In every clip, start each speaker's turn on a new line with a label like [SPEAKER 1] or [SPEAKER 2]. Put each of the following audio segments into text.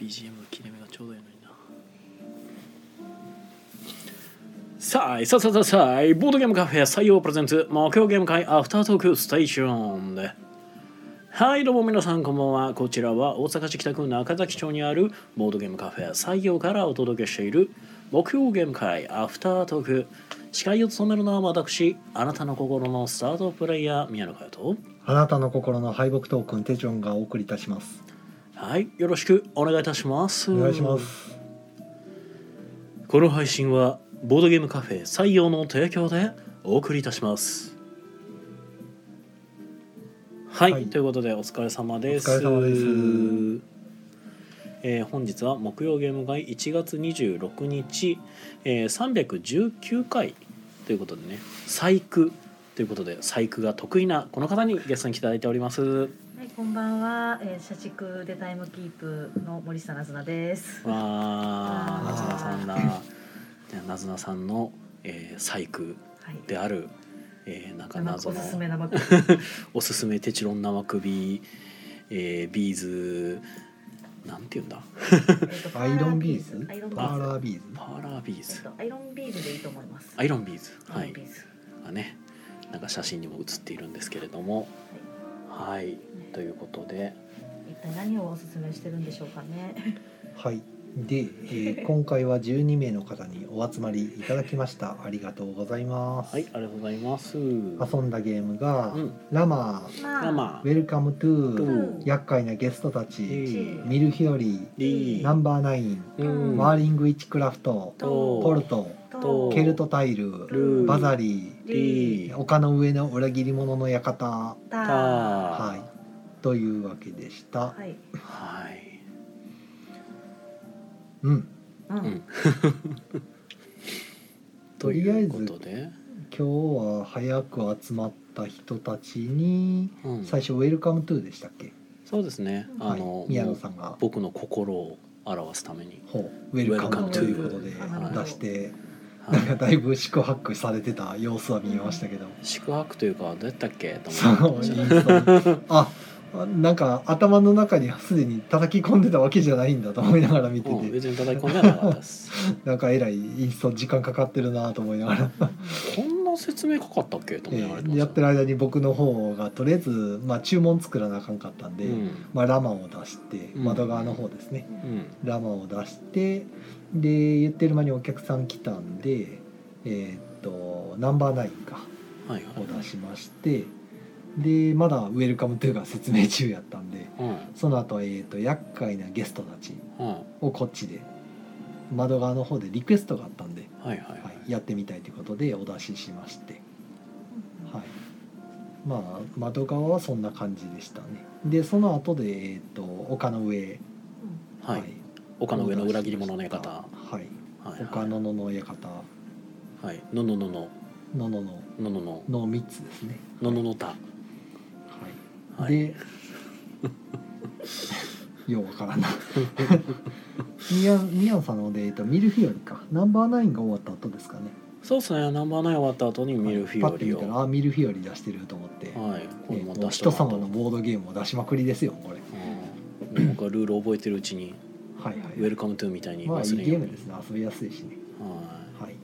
[SPEAKER 1] BGM の切れ目がちょうどいいのになさあさあさあさあさあボードゲームカフェ採用プレゼンツ目標ゲーム会アフタートークステーションではいどうも皆さんこんばんはこちらは大阪市北区中崎町にあるボードゲームカフェ採用からお届けしている目標ゲーム会アフタートーク司会を務めるのは私あなたの心のスタートプレイヤー宮野佳代と
[SPEAKER 2] あなたの心の敗北トークンテジョンがお送りいたします。
[SPEAKER 1] はいよろしくお願いいたします
[SPEAKER 2] お願いします。
[SPEAKER 1] この配信はボードゲームカフェ採用の提供でお送りいたしますはい、
[SPEAKER 2] はい
[SPEAKER 1] ということでお疲れ様です
[SPEAKER 2] お疲れ様
[SPEAKER 1] えー本日は木曜ゲーム会1月26日、えー319回ということでね細工ということで細工が得意なこの方にゲストに来ていただいております
[SPEAKER 3] はい、こんばんは、えー、社畜でタイムキープの森下なずなです。
[SPEAKER 1] わあ
[SPEAKER 3] わ
[SPEAKER 1] な
[SPEAKER 3] ー
[SPEAKER 1] ずなさんだじゃあなずなさんの、えー、細工
[SPEAKER 3] はい、
[SPEAKER 1] である、えー、なんか
[SPEAKER 3] 生
[SPEAKER 1] 謎
[SPEAKER 3] お
[SPEAKER 1] の
[SPEAKER 3] すすめ生ク リーム
[SPEAKER 1] おすすめテチロン生首、えー、ビーズなんて言うんだ
[SPEAKER 3] えっと
[SPEAKER 2] アイロンビーズ
[SPEAKER 3] アイロンビ
[SPEAKER 2] パー
[SPEAKER 3] ーズ。
[SPEAKER 2] ラービーズ。
[SPEAKER 1] パーラービー
[SPEAKER 3] えっ
[SPEAKER 1] ズ
[SPEAKER 3] とアイロンビーズでいいと思います。
[SPEAKER 1] アイロンビーズ
[SPEAKER 3] ア
[SPEAKER 1] は
[SPEAKER 3] イロン
[SPEAKER 1] い
[SPEAKER 3] ビーズ。
[SPEAKER 1] がねなんか写真にも写っているんですけれどもはいということで
[SPEAKER 3] 一体何をおすすめしてるんでしょうかね。
[SPEAKER 2] はい。で、え ー今回は12名の方にお集まりいただきました。ありがとうございます。
[SPEAKER 1] はいありがとうございます
[SPEAKER 2] 遊んだゲームが、
[SPEAKER 1] うん
[SPEAKER 2] ラマ
[SPEAKER 3] ま
[SPEAKER 1] ラマ
[SPEAKER 2] ー、ウェルカムトゥ
[SPEAKER 1] ト
[SPEAKER 2] ー、
[SPEAKER 1] ゥ
[SPEAKER 3] ー
[SPEAKER 2] 厄介なゲストたち、
[SPEAKER 1] ー
[SPEAKER 2] ミルヒオリ、
[SPEAKER 1] リ
[SPEAKER 2] ナンバーナイン、
[SPEAKER 1] うん
[SPEAKER 2] マーリングウィッチクラフト、
[SPEAKER 1] と
[SPEAKER 2] ポルト、
[SPEAKER 1] と
[SPEAKER 2] ケルトタイ
[SPEAKER 3] ル
[SPEAKER 2] ル、
[SPEAKER 1] ル
[SPEAKER 2] バザリ
[SPEAKER 1] リ
[SPEAKER 2] ー、丘の上の裏切り者の館、
[SPEAKER 3] タ
[SPEAKER 1] タ
[SPEAKER 2] は。
[SPEAKER 1] はい
[SPEAKER 2] というわけでした。
[SPEAKER 3] はい。
[SPEAKER 1] はい
[SPEAKER 2] うん。
[SPEAKER 3] うん
[SPEAKER 1] うん
[SPEAKER 2] とりあえず
[SPEAKER 1] ということで、
[SPEAKER 2] 今日は早く集まった人たちに
[SPEAKER 1] うん、
[SPEAKER 2] 最初「ウェルカムトゥ」でしたっけ、
[SPEAKER 1] そうですねあの、
[SPEAKER 2] はい、宮
[SPEAKER 1] も
[SPEAKER 2] 野
[SPEAKER 1] う
[SPEAKER 2] さんが
[SPEAKER 1] 僕の心を表すために、
[SPEAKER 2] 「ほうウェルカムトゥ」ということで
[SPEAKER 3] Welcome
[SPEAKER 1] to
[SPEAKER 2] 出して
[SPEAKER 1] は
[SPEAKER 2] なんか
[SPEAKER 1] い、
[SPEAKER 2] だいぶ四苦八苦されてた様子は見えましたけど、
[SPEAKER 1] 宿泊というかどうやったっけと
[SPEAKER 2] そ
[SPEAKER 1] 思っ
[SPEAKER 2] の
[SPEAKER 1] て
[SPEAKER 2] インスタにあなんか頭の中にすでに叩き込んでたわけじゃないんだと思いながら見て
[SPEAKER 1] うん、
[SPEAKER 2] て
[SPEAKER 1] 別に叩き込んではなかったです。
[SPEAKER 2] なんかえらいインスト時間かかってるなと思いながら、
[SPEAKER 1] こんな説明かかったっけと思いながら
[SPEAKER 2] えーやってる間に僕の方がとりあえず、まあ、注文作らなあかんかったんで、
[SPEAKER 1] うん
[SPEAKER 2] まあ、ラマを出して
[SPEAKER 1] うん
[SPEAKER 2] 窓側の方ですね、
[SPEAKER 1] うん
[SPEAKER 2] ラマを出してで言ってる間にお客さん来たんでえーっとナンバーナインか
[SPEAKER 1] はいは
[SPEAKER 2] を出しましてでまだウェルカムトゥーが説明中やったんで
[SPEAKER 1] い。うん
[SPEAKER 2] その後えーっと厄介なゲストたち
[SPEAKER 1] うん
[SPEAKER 2] をこっちで窓側の方でリクエストがあったんで、
[SPEAKER 1] はいはいはい
[SPEAKER 2] はい、やってみたいということでお出ししまして、はい、まあ窓側はそんな感じでしたねでその後でえーっと丘の上
[SPEAKER 1] はい。丘の上の裏切り者の館。は
[SPEAKER 2] はい
[SPEAKER 1] いはい。
[SPEAKER 2] 他ののの館
[SPEAKER 1] はい。のののの
[SPEAKER 2] ののの
[SPEAKER 1] ののの
[SPEAKER 2] の三つですね。
[SPEAKER 1] のののた。
[SPEAKER 2] はい。
[SPEAKER 1] はい。
[SPEAKER 2] で、 ようわからんな。 ミヤミヤさんのでえっとミルフィオリかナンバーナインが終わった後ですかね。
[SPEAKER 1] そうですね。ナンバーナイン終わった後にミルフィ
[SPEAKER 2] は
[SPEAKER 1] オ
[SPEAKER 2] いパッて
[SPEAKER 1] リ
[SPEAKER 2] 見
[SPEAKER 1] を。
[SPEAKER 2] た
[SPEAKER 1] は
[SPEAKER 2] らあミルフィオリ出してると思って。
[SPEAKER 1] い。これ
[SPEAKER 2] ね
[SPEAKER 1] も
[SPEAKER 2] もう
[SPEAKER 1] 出して
[SPEAKER 2] 人
[SPEAKER 1] もらおう
[SPEAKER 2] 様のボードゲームを出しまくりですよこれ。
[SPEAKER 1] うんで僕はルール覚えてるうちに
[SPEAKER 2] はいは
[SPEAKER 1] ウェ
[SPEAKER 2] い。
[SPEAKER 1] ルカムトゥーみたいに
[SPEAKER 2] まあいい
[SPEAKER 1] 忘れん
[SPEAKER 2] ゲ
[SPEAKER 1] よ
[SPEAKER 2] ー
[SPEAKER 1] う
[SPEAKER 2] ム
[SPEAKER 1] に
[SPEAKER 2] ですね遊びやすいしね。
[SPEAKER 1] は
[SPEAKER 2] はい。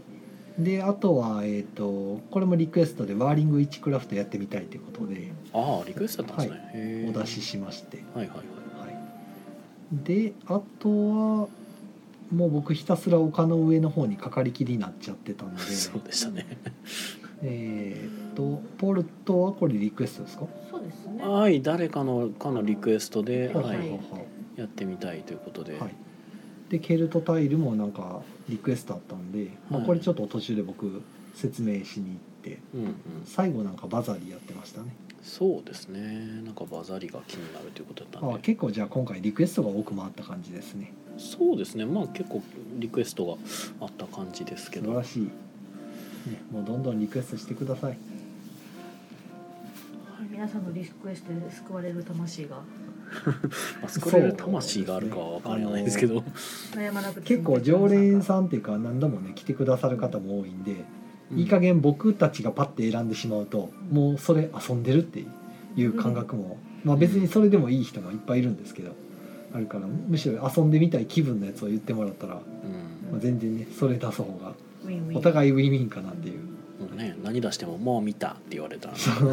[SPEAKER 2] であとはえっ、とこれもリクエストでワーリングイチクラフトやってみたいということで
[SPEAKER 1] い。ああリクエストだったんですね。へ
[SPEAKER 2] お
[SPEAKER 1] ー
[SPEAKER 2] 出し。しまして。
[SPEAKER 1] はいはいはい。
[SPEAKER 2] はい、であとはもう僕ひたすら丘の上の方にかかりきりになっちゃってたんで
[SPEAKER 1] そうでしたね。
[SPEAKER 2] えーっとポルトはこれリクエストですか、
[SPEAKER 3] そうですね。
[SPEAKER 1] はい、誰かのかのリクエストで、
[SPEAKER 3] はい
[SPEAKER 1] はい
[SPEAKER 3] はい
[SPEAKER 1] やってみたいということで、
[SPEAKER 2] はいでケルトタイルもなんかリクエストあったんで、まあ、
[SPEAKER 1] はい
[SPEAKER 2] これちょっと途中で僕説明しに行って
[SPEAKER 1] うんうん、
[SPEAKER 2] 最後なんかバザリーやってましたね
[SPEAKER 1] そうですねなんかバザリが気になるということだった
[SPEAKER 2] あ
[SPEAKER 1] んで
[SPEAKER 2] 結構じゃあ今回リクエストが多く回った感じですね
[SPEAKER 1] そうですねまあ結構リクエストがあった感じですけ
[SPEAKER 2] 素晴
[SPEAKER 1] ど
[SPEAKER 2] らしい、ね、もうどんどんリクエストしてください
[SPEAKER 3] 皆さんのリクエストで救われる魂が
[SPEAKER 1] まあ救われる魂があるかは分からないですけど
[SPEAKER 3] 悩まなく
[SPEAKER 2] 結構常連
[SPEAKER 3] ん。
[SPEAKER 2] さんっていうか何度もね来てくださる方も多いんで、
[SPEAKER 1] うん
[SPEAKER 2] いい加減僕たちがパッて選んでしまうと、
[SPEAKER 3] うん
[SPEAKER 2] もうそれ遊んでるっていう感覚も、まあ別にそれでもいい人もいっぱいいるんですけど、あるからむしろ遊んでみたい気分のやつを言ってもらったら、ま
[SPEAKER 1] うん
[SPEAKER 2] あ、全然ねそれ出す方が
[SPEAKER 3] ウィンウィン
[SPEAKER 2] お互いウィンウィンかなっていう。
[SPEAKER 1] もうね何出しても「もう見た」って言われたら
[SPEAKER 2] そ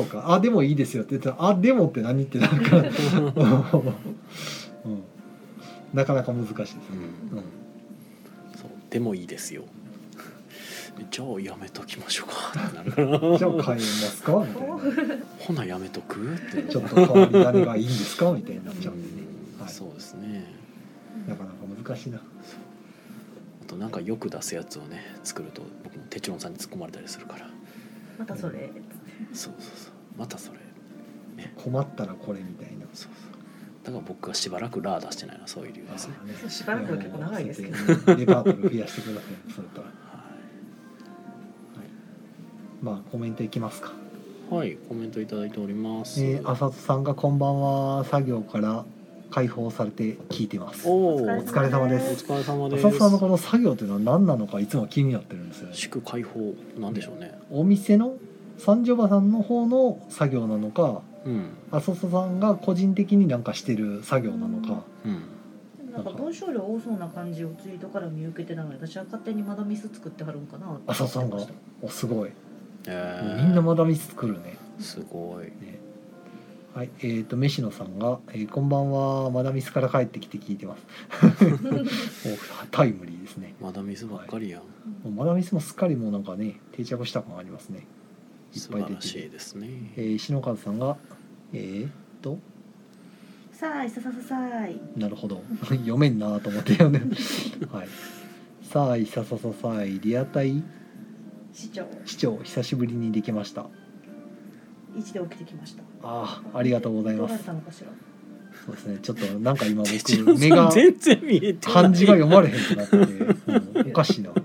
[SPEAKER 2] うか「あでもいいですよ」って言ったら「あでも」って何ってなるから、うん、なかなか難しいですね、
[SPEAKER 1] うん
[SPEAKER 2] うん
[SPEAKER 1] そうでもいいですよじゃあやめときましょうかってなる から
[SPEAKER 2] じゃあ変えますかみたいな
[SPEAKER 1] ほなやめとくって
[SPEAKER 2] ちょっと変わり種がいいんですかみたいになっちゃうんでね、
[SPEAKER 1] うん
[SPEAKER 2] はい、
[SPEAKER 1] そうですね
[SPEAKER 2] なかなか難しいな
[SPEAKER 1] あとなんかよく出すやつをね作ると僕もテチロンさんに突っ込まれたりするから
[SPEAKER 3] またそれ
[SPEAKER 1] そうそうそうまたそれ
[SPEAKER 2] 困ったらこれみたいな
[SPEAKER 1] そうそうだから僕がしばらくラー出してないのはそういう理由ですね
[SPEAKER 2] あーね
[SPEAKER 3] しばらくは結構長いですけど
[SPEAKER 2] やもうそうやってねレパートリー増やしてくださいそれとは
[SPEAKER 1] はい
[SPEAKER 2] まあコメントいきますか
[SPEAKER 1] い、はい、コメントいただいております、
[SPEAKER 2] えー、浅津さんが「こんばんは」作業から解放されて聞いてますお
[SPEAKER 1] おおお
[SPEAKER 3] お
[SPEAKER 1] 疲
[SPEAKER 2] 疲れ様で
[SPEAKER 3] お
[SPEAKER 2] す
[SPEAKER 1] れ様です
[SPEAKER 2] 浅津さんのこの作業というのは何なのかいつも気になってるんですよね
[SPEAKER 1] 祝解放なんでしょうね
[SPEAKER 2] お店の三女婆さんの方の作業なのか
[SPEAKER 1] うん
[SPEAKER 2] 浅津さんが個人的になんかしてる作業なのか
[SPEAKER 1] うん
[SPEAKER 3] なんか文章量多そうな感じをツイートから見受けてながら私は勝手にマダミス作ってはるんかなって
[SPEAKER 2] 浅津さんが
[SPEAKER 3] 思ってまし
[SPEAKER 2] おすごい
[SPEAKER 1] えー、
[SPEAKER 2] みんなまだミス作るね
[SPEAKER 1] すごい
[SPEAKER 2] ねはいえー、と飯野さんが、えーこんばんはまだミスから帰ってきて聞いてます もうタイムリーですね
[SPEAKER 1] まだ水ばっかりやん、
[SPEAKER 3] た
[SPEAKER 2] もうマダミスもすっかりもうなんかね定着した感ありますねいっ
[SPEAKER 1] 素
[SPEAKER 2] ぱい
[SPEAKER 1] 晴
[SPEAKER 2] 出
[SPEAKER 1] らしてい
[SPEAKER 2] る、
[SPEAKER 1] ですね、
[SPEAKER 2] えー、篠和さんがえー、っと
[SPEAKER 3] さあいささささい
[SPEAKER 2] なるほど 読めんなと思って読んで はいさあいささささいリアタイ
[SPEAKER 3] 市長
[SPEAKER 2] 市長久しぶりにできました
[SPEAKER 3] 一で起きてきました
[SPEAKER 2] ああありがとうございま
[SPEAKER 3] 取られ
[SPEAKER 2] す
[SPEAKER 3] たのかしら
[SPEAKER 2] そうですねちょっとなん か今
[SPEAKER 1] テチ
[SPEAKER 2] 僕
[SPEAKER 1] ロン
[SPEAKER 2] 目
[SPEAKER 1] さん
[SPEAKER 2] が
[SPEAKER 1] 全然見えてない
[SPEAKER 2] 漢字が読まれへんくなってて、 うんおかしいな、は
[SPEAKER 3] っ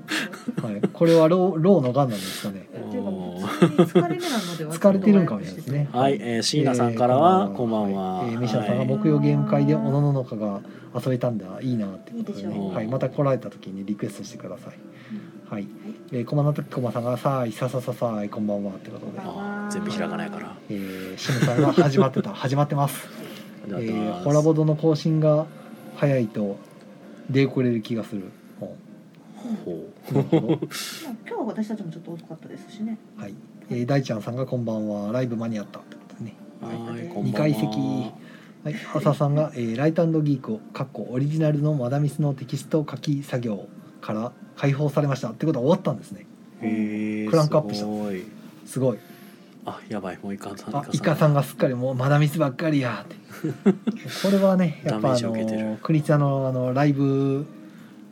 [SPEAKER 2] い、これはローローのがんなんですかね
[SPEAKER 3] ていう かもう普通に疲れ目なのでは
[SPEAKER 2] 疲れてるんかもしれないですね
[SPEAKER 1] はい、えー、椎名さんからは、こんばんは。
[SPEAKER 2] えーミシャさんが
[SPEAKER 1] はい
[SPEAKER 2] 木曜ゲーム会でおのののかが遊べたんだいいなってことで
[SPEAKER 3] いいで
[SPEAKER 1] しょ
[SPEAKER 2] ね
[SPEAKER 1] う
[SPEAKER 2] はい、また来られた時にリクエストしてくださいはい、えー、駒の時駒さんがさあいささささあいこんばんはってことで
[SPEAKER 3] こんばんは
[SPEAKER 1] あー全部開かないから。
[SPEAKER 2] えー、シムさんが始まっ てた始まってます
[SPEAKER 1] え
[SPEAKER 2] えー、コラボドの更新が早いと出遅れる気がするほ
[SPEAKER 1] ほ
[SPEAKER 2] うなる ほど
[SPEAKER 3] まあ今日私たちもちょっと遅かったですしね
[SPEAKER 2] はい、えー、大ちゃんさんがこんばんはライブ間に合ったってことでね
[SPEAKER 1] う。はい、こんばんは。
[SPEAKER 2] 二階席はい、浅さんが、えーライトギークをかっこオリジナルのマダミスのテキスト書き作業から解放されましたってことは終わったんですね
[SPEAKER 1] へー
[SPEAKER 2] クランクアップし
[SPEAKER 1] す
[SPEAKER 2] た
[SPEAKER 1] ごい。
[SPEAKER 2] すごい
[SPEAKER 1] あ、やばい、もうイカさん。
[SPEAKER 2] あイカさんがすっかりもうマダミスばっかりやーって これはねやっ
[SPEAKER 1] ダメ
[SPEAKER 2] ぱあ
[SPEAKER 1] ージを受けてる
[SPEAKER 2] のクリちゃんのあのライブ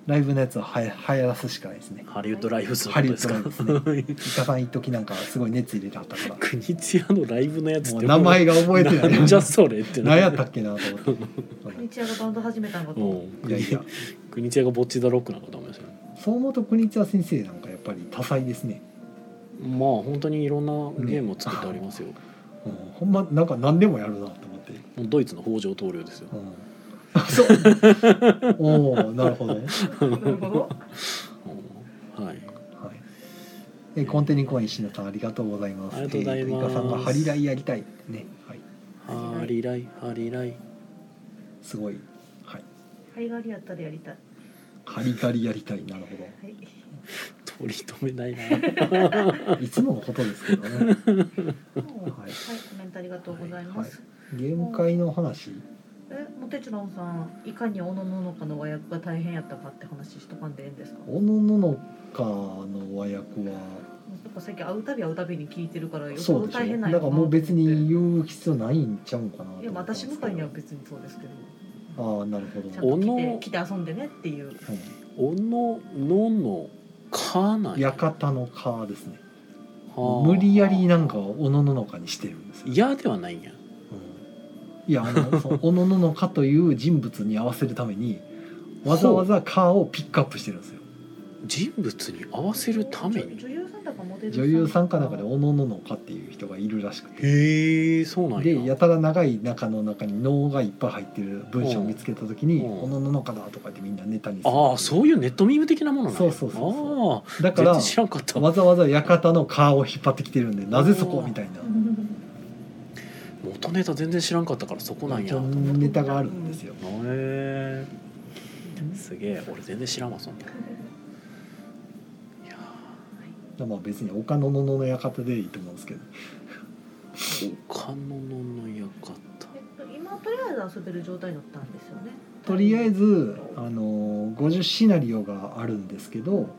[SPEAKER 2] ライブのやつをはや流行らすしかないですね
[SPEAKER 1] ハリウッドライブズのことですか。
[SPEAKER 2] ハリウッイカさん一時なんかすごい熱入れてはったから
[SPEAKER 1] 国津屋のライブのやつ
[SPEAKER 2] も
[SPEAKER 1] っ
[SPEAKER 2] う
[SPEAKER 1] て。
[SPEAKER 2] 名前が覚えてない
[SPEAKER 1] なんじゃそれってな。
[SPEAKER 2] 何やったっけなと思って
[SPEAKER 3] 日夜がバンド始めたのかと
[SPEAKER 1] う
[SPEAKER 3] 思っ
[SPEAKER 1] ん。
[SPEAKER 2] いや いや
[SPEAKER 1] 国津屋がぼっちだロックなんかと思いますよ。
[SPEAKER 2] そう思うと国津先生なんかやっぱり多彩ですね
[SPEAKER 1] まあ、本当にいろんなゲームを作ってありますよ。
[SPEAKER 2] うんほんまなんか何でもやるなと思って、
[SPEAKER 1] もうドイツの北条棟梁ですよ。
[SPEAKER 2] うん、そう おおなるほど、はい、
[SPEAKER 3] たなるほど
[SPEAKER 1] うんはい。
[SPEAKER 2] えコンテニコインしのさんありがとうございます
[SPEAKER 1] ありがとうございます
[SPEAKER 2] えーとイカさんがハリライやりたいね、はい、
[SPEAKER 1] ハリライ、ハリライ。
[SPEAKER 2] すごい、はい、
[SPEAKER 3] ハリガリやったでやりたい
[SPEAKER 2] ハリガリやりたいなるほ
[SPEAKER 3] はい
[SPEAKER 1] 取り留めないな。
[SPEAKER 2] どいつものことですけ どね、
[SPEAKER 3] はい、コメントありがとうございます。
[SPEAKER 2] ゲーム会の話
[SPEAKER 3] え、もてちろんさん、いかにおのののかの和訳が大変やったかって話しとかんでええんですか。
[SPEAKER 2] おのののかの和訳は
[SPEAKER 3] なんか最近会うたび会うたびに聞いてるから、よっぽ
[SPEAKER 2] そう
[SPEAKER 3] ど
[SPEAKER 2] でしょ
[SPEAKER 3] 大変なんや
[SPEAKER 2] だ
[SPEAKER 3] ろ
[SPEAKER 2] か
[SPEAKER 3] う
[SPEAKER 2] らも
[SPEAKER 3] なと思
[SPEAKER 2] う
[SPEAKER 3] って
[SPEAKER 2] 別に言う必要ないんちゃうんかなと思
[SPEAKER 3] いや、
[SPEAKER 2] ったんで
[SPEAKER 3] 私
[SPEAKER 2] す
[SPEAKER 3] 向
[SPEAKER 2] けど
[SPEAKER 3] かいには別にそうですけど。
[SPEAKER 2] ああなるほ
[SPEAKER 3] ち
[SPEAKER 2] ど
[SPEAKER 3] ゃんと来
[SPEAKER 1] おの
[SPEAKER 3] て、来て遊んでねっていう。
[SPEAKER 2] う
[SPEAKER 1] おのののかなん
[SPEAKER 2] 館のかですね
[SPEAKER 1] はあ
[SPEAKER 2] 無理やりなんかをおのののかにしてるんですよ、
[SPEAKER 1] 嫌ではないんや
[SPEAKER 2] うんいやあ のそのおのののかという人物に合わせるためにわざわざかをピックアップしてるんですよ
[SPEAKER 1] 人物に合わせるために
[SPEAKER 3] 女優さんだかモデル
[SPEAKER 2] 女優さんかなんかで
[SPEAKER 3] で
[SPEAKER 2] おのののかっていう人がいるらしくて
[SPEAKER 1] へえそうなんや
[SPEAKER 2] でやたら長い中の中に「能」がいっぱい入ってる文章を見つけた時に
[SPEAKER 1] うん
[SPEAKER 2] 「おのののかだ」とかってみんなネタにする
[SPEAKER 1] ああそういうネットミーム的なものなんや
[SPEAKER 2] そうそうそうそ
[SPEAKER 1] ああ
[SPEAKER 2] だか
[SPEAKER 1] 全然
[SPEAKER 2] ら
[SPEAKER 1] 知らんかったも
[SPEAKER 2] わざわざ館の「か」を引っ張ってきてるんでなぜそこみたいな
[SPEAKER 3] うん
[SPEAKER 1] う元ネタ全然知らんかったからそこなんや
[SPEAKER 2] ちょっとネタがあるんですよ、
[SPEAKER 1] へえすげえ俺全然知らんわそんなんいや
[SPEAKER 2] まあ別に岡野の野の館でいいと思うんですけど
[SPEAKER 1] ー岡野の館
[SPEAKER 3] えっと今とりあえず遊べる状態だったんですよね
[SPEAKER 2] とりあえずあの50シナリオがあるんですけど、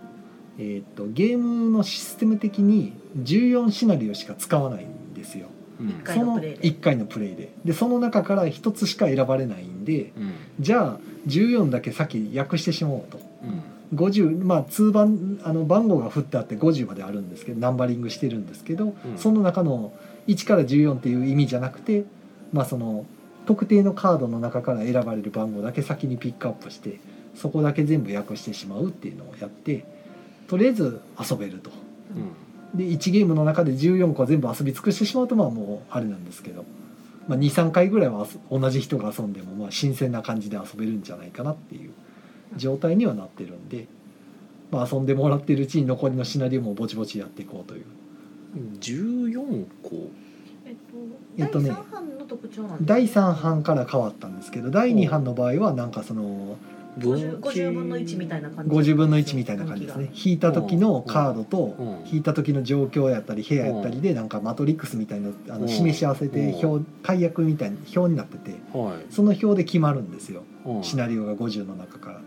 [SPEAKER 2] えー、とゲームのシステム的に14シナリオしか使わないんですよ
[SPEAKER 1] うん
[SPEAKER 3] 一回
[SPEAKER 2] そ
[SPEAKER 3] の
[SPEAKER 2] の
[SPEAKER 3] プレイで
[SPEAKER 2] 1回のプレイででその中から1つしか選ばれないんで
[SPEAKER 1] うん
[SPEAKER 2] じゃあ14だけ先訳してしまおうと
[SPEAKER 1] うん
[SPEAKER 2] 50まあ通番あの番号が振ってあって50まであるんですけどナンバリングしてるんですけど、
[SPEAKER 1] うん
[SPEAKER 2] その中の1から14っていう意味じゃなくてまあその特定のカードの中から選ばれる番号だけ先にピックアップしてそこだけ全部訳してしまうっていうのをやってとりあえず遊べると。
[SPEAKER 1] うん
[SPEAKER 2] で1ゲームの中で14個全部遊び尽くしてしまうとまあもうあれなんですけど、まあ、23回ぐらいは遊同じ人が遊んでもまあ新鮮な感じで遊べるんじゃないかなっていう状態にはなってるんで、まあ、遊んでもらってるうちに残りのシナリオもぼちぼちやっていこうという
[SPEAKER 1] 14個
[SPEAKER 3] えっと、
[SPEAKER 2] えっとね
[SPEAKER 3] 第3版の特徴なんですね
[SPEAKER 2] 第3版から変わったんですけど第2版の場合はなんかその
[SPEAKER 3] 50 50分の1みたいな感じ
[SPEAKER 2] 50分の1みたいな感じですね引いた時のカードと
[SPEAKER 1] うん
[SPEAKER 2] 引いた時の状況やったり部屋やったりでなんかマトリックスみたいなあ
[SPEAKER 1] うん
[SPEAKER 2] の示し合わせて
[SPEAKER 1] う
[SPEAKER 2] 表解約みたいな表になってて
[SPEAKER 1] はい
[SPEAKER 2] その表で決まるんですよ
[SPEAKER 1] うん
[SPEAKER 2] シナリオが50の中から。
[SPEAKER 1] うん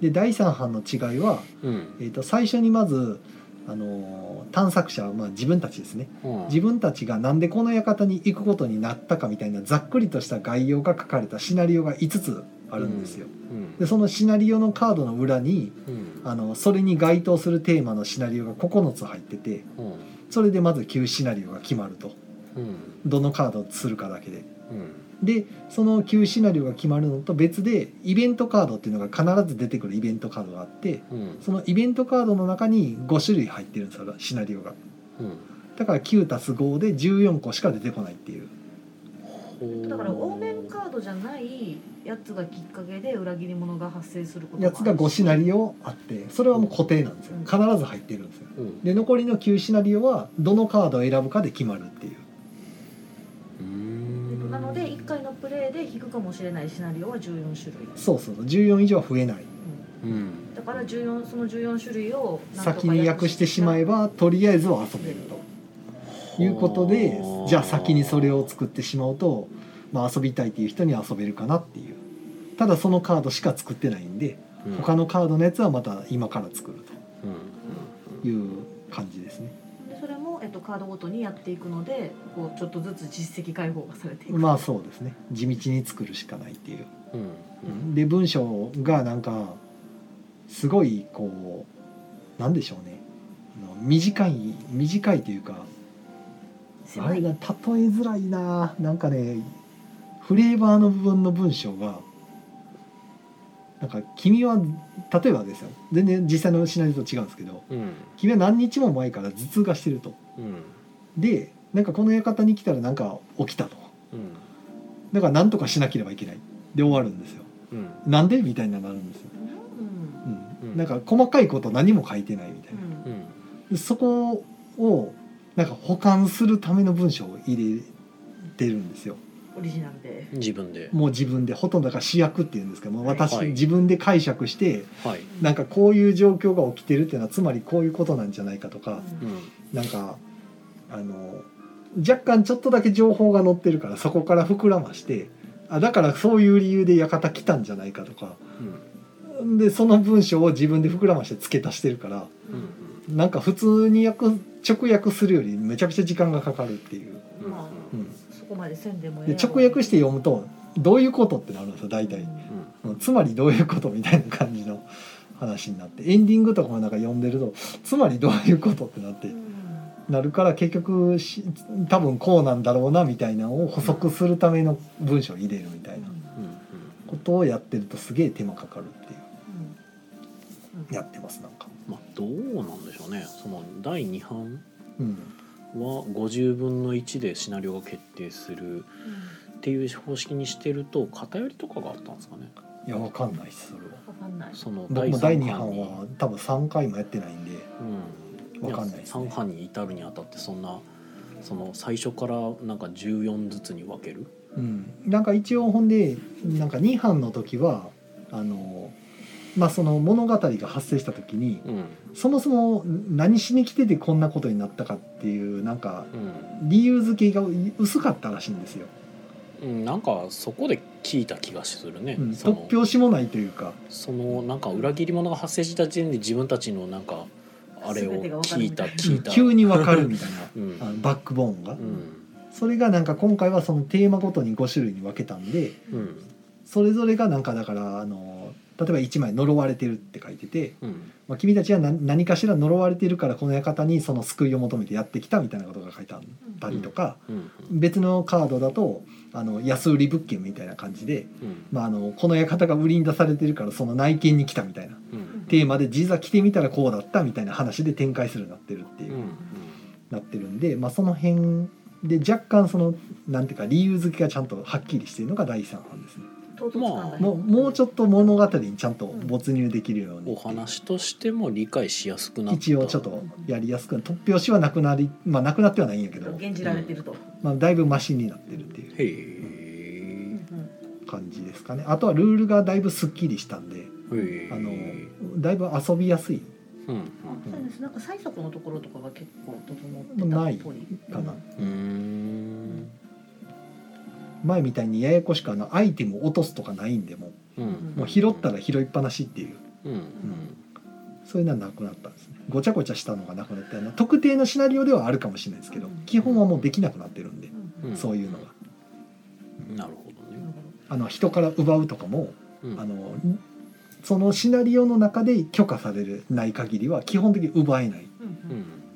[SPEAKER 2] で第3版の違いは、
[SPEAKER 1] うん
[SPEAKER 2] えー、と最初にまず、あのー探索者は、まあ、自分たちですね
[SPEAKER 1] うん
[SPEAKER 2] 自分たちがなんでこの館に行くことになったかみたいなざっくりとした概要が書かれたシナリオが5つあるんですよ。
[SPEAKER 1] うん
[SPEAKER 2] でそのシナリオのカードの裏に
[SPEAKER 1] うん
[SPEAKER 2] あのそれに該当するテーマのシナリオが9つ入ってて
[SPEAKER 1] うん
[SPEAKER 2] それでまず9シナリオが決まると
[SPEAKER 1] うん
[SPEAKER 2] どのカードをするかだけで
[SPEAKER 1] うん
[SPEAKER 2] でその9シナリオが決まるのと別でイベントカードっていうのが必ず出てくるイベントカードがあって
[SPEAKER 1] うん
[SPEAKER 2] そのイベントカードの中に5種類入ってるんですよシナリオが
[SPEAKER 1] うん
[SPEAKER 2] だから9足す5で14個しか出てこないっていう
[SPEAKER 1] ほう
[SPEAKER 3] だから往年カードじゃないやつがきっかけで裏切り者が発生することもあ
[SPEAKER 2] や
[SPEAKER 3] る
[SPEAKER 2] つが5シナリオあってそれはもう固定なんですよ
[SPEAKER 3] うん
[SPEAKER 2] 必ず入ってるんですよ
[SPEAKER 1] うん
[SPEAKER 2] で残りの9シナリオはどのカードを選ぶかで決まるっていう
[SPEAKER 1] うー
[SPEAKER 3] えっと
[SPEAKER 1] ん
[SPEAKER 3] なので1回のプレイで引くかもしれないシナリオは14種類、
[SPEAKER 2] そうそうそう14以上は増えない
[SPEAKER 1] うん
[SPEAKER 3] うんだから14その14種類をなんとか
[SPEAKER 2] 先に訳してしまえばとりあえずは遊べるということで
[SPEAKER 1] ほう
[SPEAKER 2] じゃあ先にそれを作ってしまうと、まあ、遊びたいっていう人には遊べるかなっていうただそのカードしか作ってないんで
[SPEAKER 1] うん
[SPEAKER 2] 他のカードのやつはまた今から作る
[SPEAKER 1] うん
[SPEAKER 2] という感じですね
[SPEAKER 3] でそれも、えっと、カードごとにやっていくのでこうちょっとずつ実績解放がされていく、
[SPEAKER 2] まあそうですね地道に作るしかないっていう
[SPEAKER 1] うんうんうん
[SPEAKER 2] で文章がなんかすごいこうなんでしょうねあの短い短いというかあ
[SPEAKER 3] 狭
[SPEAKER 2] れ
[SPEAKER 3] い
[SPEAKER 2] が例えづらいななんかねフレーバーの部分の文章がなんか君は例えばですよ全然実際のシナリオと違うんですけど
[SPEAKER 1] うん
[SPEAKER 2] 君は何日も前から頭痛がしてると
[SPEAKER 1] うん
[SPEAKER 2] でなんかこの館に来たらなんか起きたと
[SPEAKER 1] うん
[SPEAKER 2] だから何とかしなければいけないで終わるんですよ
[SPEAKER 1] うん
[SPEAKER 2] なんでみたいなのがあるんですよ、
[SPEAKER 3] うん
[SPEAKER 2] うん
[SPEAKER 1] うん
[SPEAKER 2] なんか細かいこと何も書いてないみたいうな、
[SPEAKER 3] ん
[SPEAKER 1] うん
[SPEAKER 2] でそこをなんか保管するための文章を入れてるんですよ
[SPEAKER 3] オリジナルで
[SPEAKER 1] 自分で
[SPEAKER 2] もう自分でほとんどだから主役っていうんですけどもう私、
[SPEAKER 1] はい
[SPEAKER 2] 自分で解釈して
[SPEAKER 1] はい
[SPEAKER 2] なんかこういう状況が起きてるっていうのはつまりこういうことなんじゃないかとか、
[SPEAKER 1] う
[SPEAKER 3] うん
[SPEAKER 1] ん
[SPEAKER 2] なんかあの若干ちょっとだけ情報が載ってるからそこから膨らましてあだからそういう理由で館来たんじゃないかとか
[SPEAKER 1] うん
[SPEAKER 2] でその文章を自分で膨らまして付け足してるから
[SPEAKER 1] うん
[SPEAKER 2] なんか普通に訳直訳するよりめちゃくちゃ時間がかかるっていう、
[SPEAKER 1] うん
[SPEAKER 3] まあ
[SPEAKER 2] うん
[SPEAKER 3] そこまでせんでもええ
[SPEAKER 2] で
[SPEAKER 3] やろ
[SPEAKER 2] 直訳して読むとどういうことってなるんですよ大体。
[SPEAKER 3] うん
[SPEAKER 1] うん
[SPEAKER 2] うんつまりどういうことみたいな感じの話になってエンディングとかもなんか読んでるとつまりどういうことってなって
[SPEAKER 3] うん
[SPEAKER 2] なるから結局し多分こうなんだろうなみたいなのを補足するための文章を入れるみたいな
[SPEAKER 1] うんうん
[SPEAKER 2] ことをやってるとすげえ手間かかるっていう
[SPEAKER 3] うん
[SPEAKER 2] やってますなんか。
[SPEAKER 1] まあどうなんでしょうねその第二版
[SPEAKER 2] うん
[SPEAKER 1] は50分の1でシナリオが決定するっていう方式にしてると偏りとかがあったんですかね
[SPEAKER 2] いやわかんないですそれは。
[SPEAKER 3] わかんない
[SPEAKER 1] その
[SPEAKER 2] 僕も第
[SPEAKER 1] 三
[SPEAKER 2] 2
[SPEAKER 1] 版
[SPEAKER 2] 版
[SPEAKER 1] に
[SPEAKER 2] は多分3回もやってないんで
[SPEAKER 1] うん
[SPEAKER 2] わかんないですね
[SPEAKER 1] 3版に至るにあたってそんなその最初からなんか14ずつに分ける
[SPEAKER 2] うん、なんか一応ほんでなんか2班の時はあの、まあ、その物語が発生した時に
[SPEAKER 1] うん
[SPEAKER 2] そもそも何しに来ててこんなことになったかっていうなんか
[SPEAKER 1] うん
[SPEAKER 2] 理由付けが薄かったらしいんですよ、
[SPEAKER 1] うん、なんかそこで聞いた気がするね、
[SPEAKER 2] うん、
[SPEAKER 1] その
[SPEAKER 2] 突拍子もないというか
[SPEAKER 1] そのなんか裏切り者が発生した時点で自分たちのなんかあれを
[SPEAKER 3] 全てが分かる
[SPEAKER 1] 聞いた聞いた
[SPEAKER 2] 急にわかるみたい
[SPEAKER 1] うん
[SPEAKER 2] なあのバックボーンが、
[SPEAKER 1] うん
[SPEAKER 2] それがなんか今回はそのテーマごとに5種類に分けたんで
[SPEAKER 1] うん
[SPEAKER 2] それぞれがなんかだからあの例えば1枚「呪われてる」って書いてて、
[SPEAKER 1] うん
[SPEAKER 2] まあ、君たちは何何かしら呪われているからこの館にその救いを求めてやってきたみたいなことが書いてあったりとか、
[SPEAKER 1] うん
[SPEAKER 2] 別のカードだとあの安売り物件みたいな感じで、
[SPEAKER 1] うん
[SPEAKER 2] まあ、あのこの館が売りに出されてるからその内見に来たみたいな
[SPEAKER 1] うん
[SPEAKER 2] テーマで実は来てみたらこうだったみたいな話で展開するようになってるっていうう、
[SPEAKER 1] ん
[SPEAKER 2] なってるんで、まあ、その辺で若干そのなんていうか理由付けがちゃんとはっきりしてるのが第3版ですね。
[SPEAKER 3] 唐突感がね
[SPEAKER 2] もうもうちょっと物語にちゃんと没入できるよう
[SPEAKER 1] うん
[SPEAKER 2] に
[SPEAKER 1] お話としても理解しやすくなった
[SPEAKER 2] 一応ちょっとやりやすく突拍子はなくなりまあなくなってはないんやけど、
[SPEAKER 3] 現じられてると、
[SPEAKER 2] まあ、だいぶマシになってるってい
[SPEAKER 1] へ
[SPEAKER 3] う
[SPEAKER 1] え
[SPEAKER 3] ん
[SPEAKER 2] う感じですかねあとはルールがだいぶすっきりしたんで
[SPEAKER 1] へえ
[SPEAKER 2] あのだいぶ遊びやすい
[SPEAKER 1] うん
[SPEAKER 3] うんそうですなんか最速のところとかが結構整って
[SPEAKER 2] ない
[SPEAKER 3] たっぽい
[SPEAKER 2] かな
[SPEAKER 1] うんうん
[SPEAKER 2] 前みたいにややこしくあのアイテムを落とすとかないんでも
[SPEAKER 1] うんうん
[SPEAKER 2] うもう拾ったら拾いっぱなしっていう
[SPEAKER 1] うんうん
[SPEAKER 2] そういうのはなくなったんですねごちゃごちゃしたのがなくなったような特定のシナリオではあるかもしれないですけど基本はもうできなくなってるんで
[SPEAKER 3] うん
[SPEAKER 1] ん
[SPEAKER 2] そういうのが
[SPEAKER 1] なるほどね
[SPEAKER 2] あの人から奪うとかも
[SPEAKER 1] うん
[SPEAKER 2] あのそのシナリオの中で許可されるない限りは基本的に奪えないっ
[SPEAKER 3] うん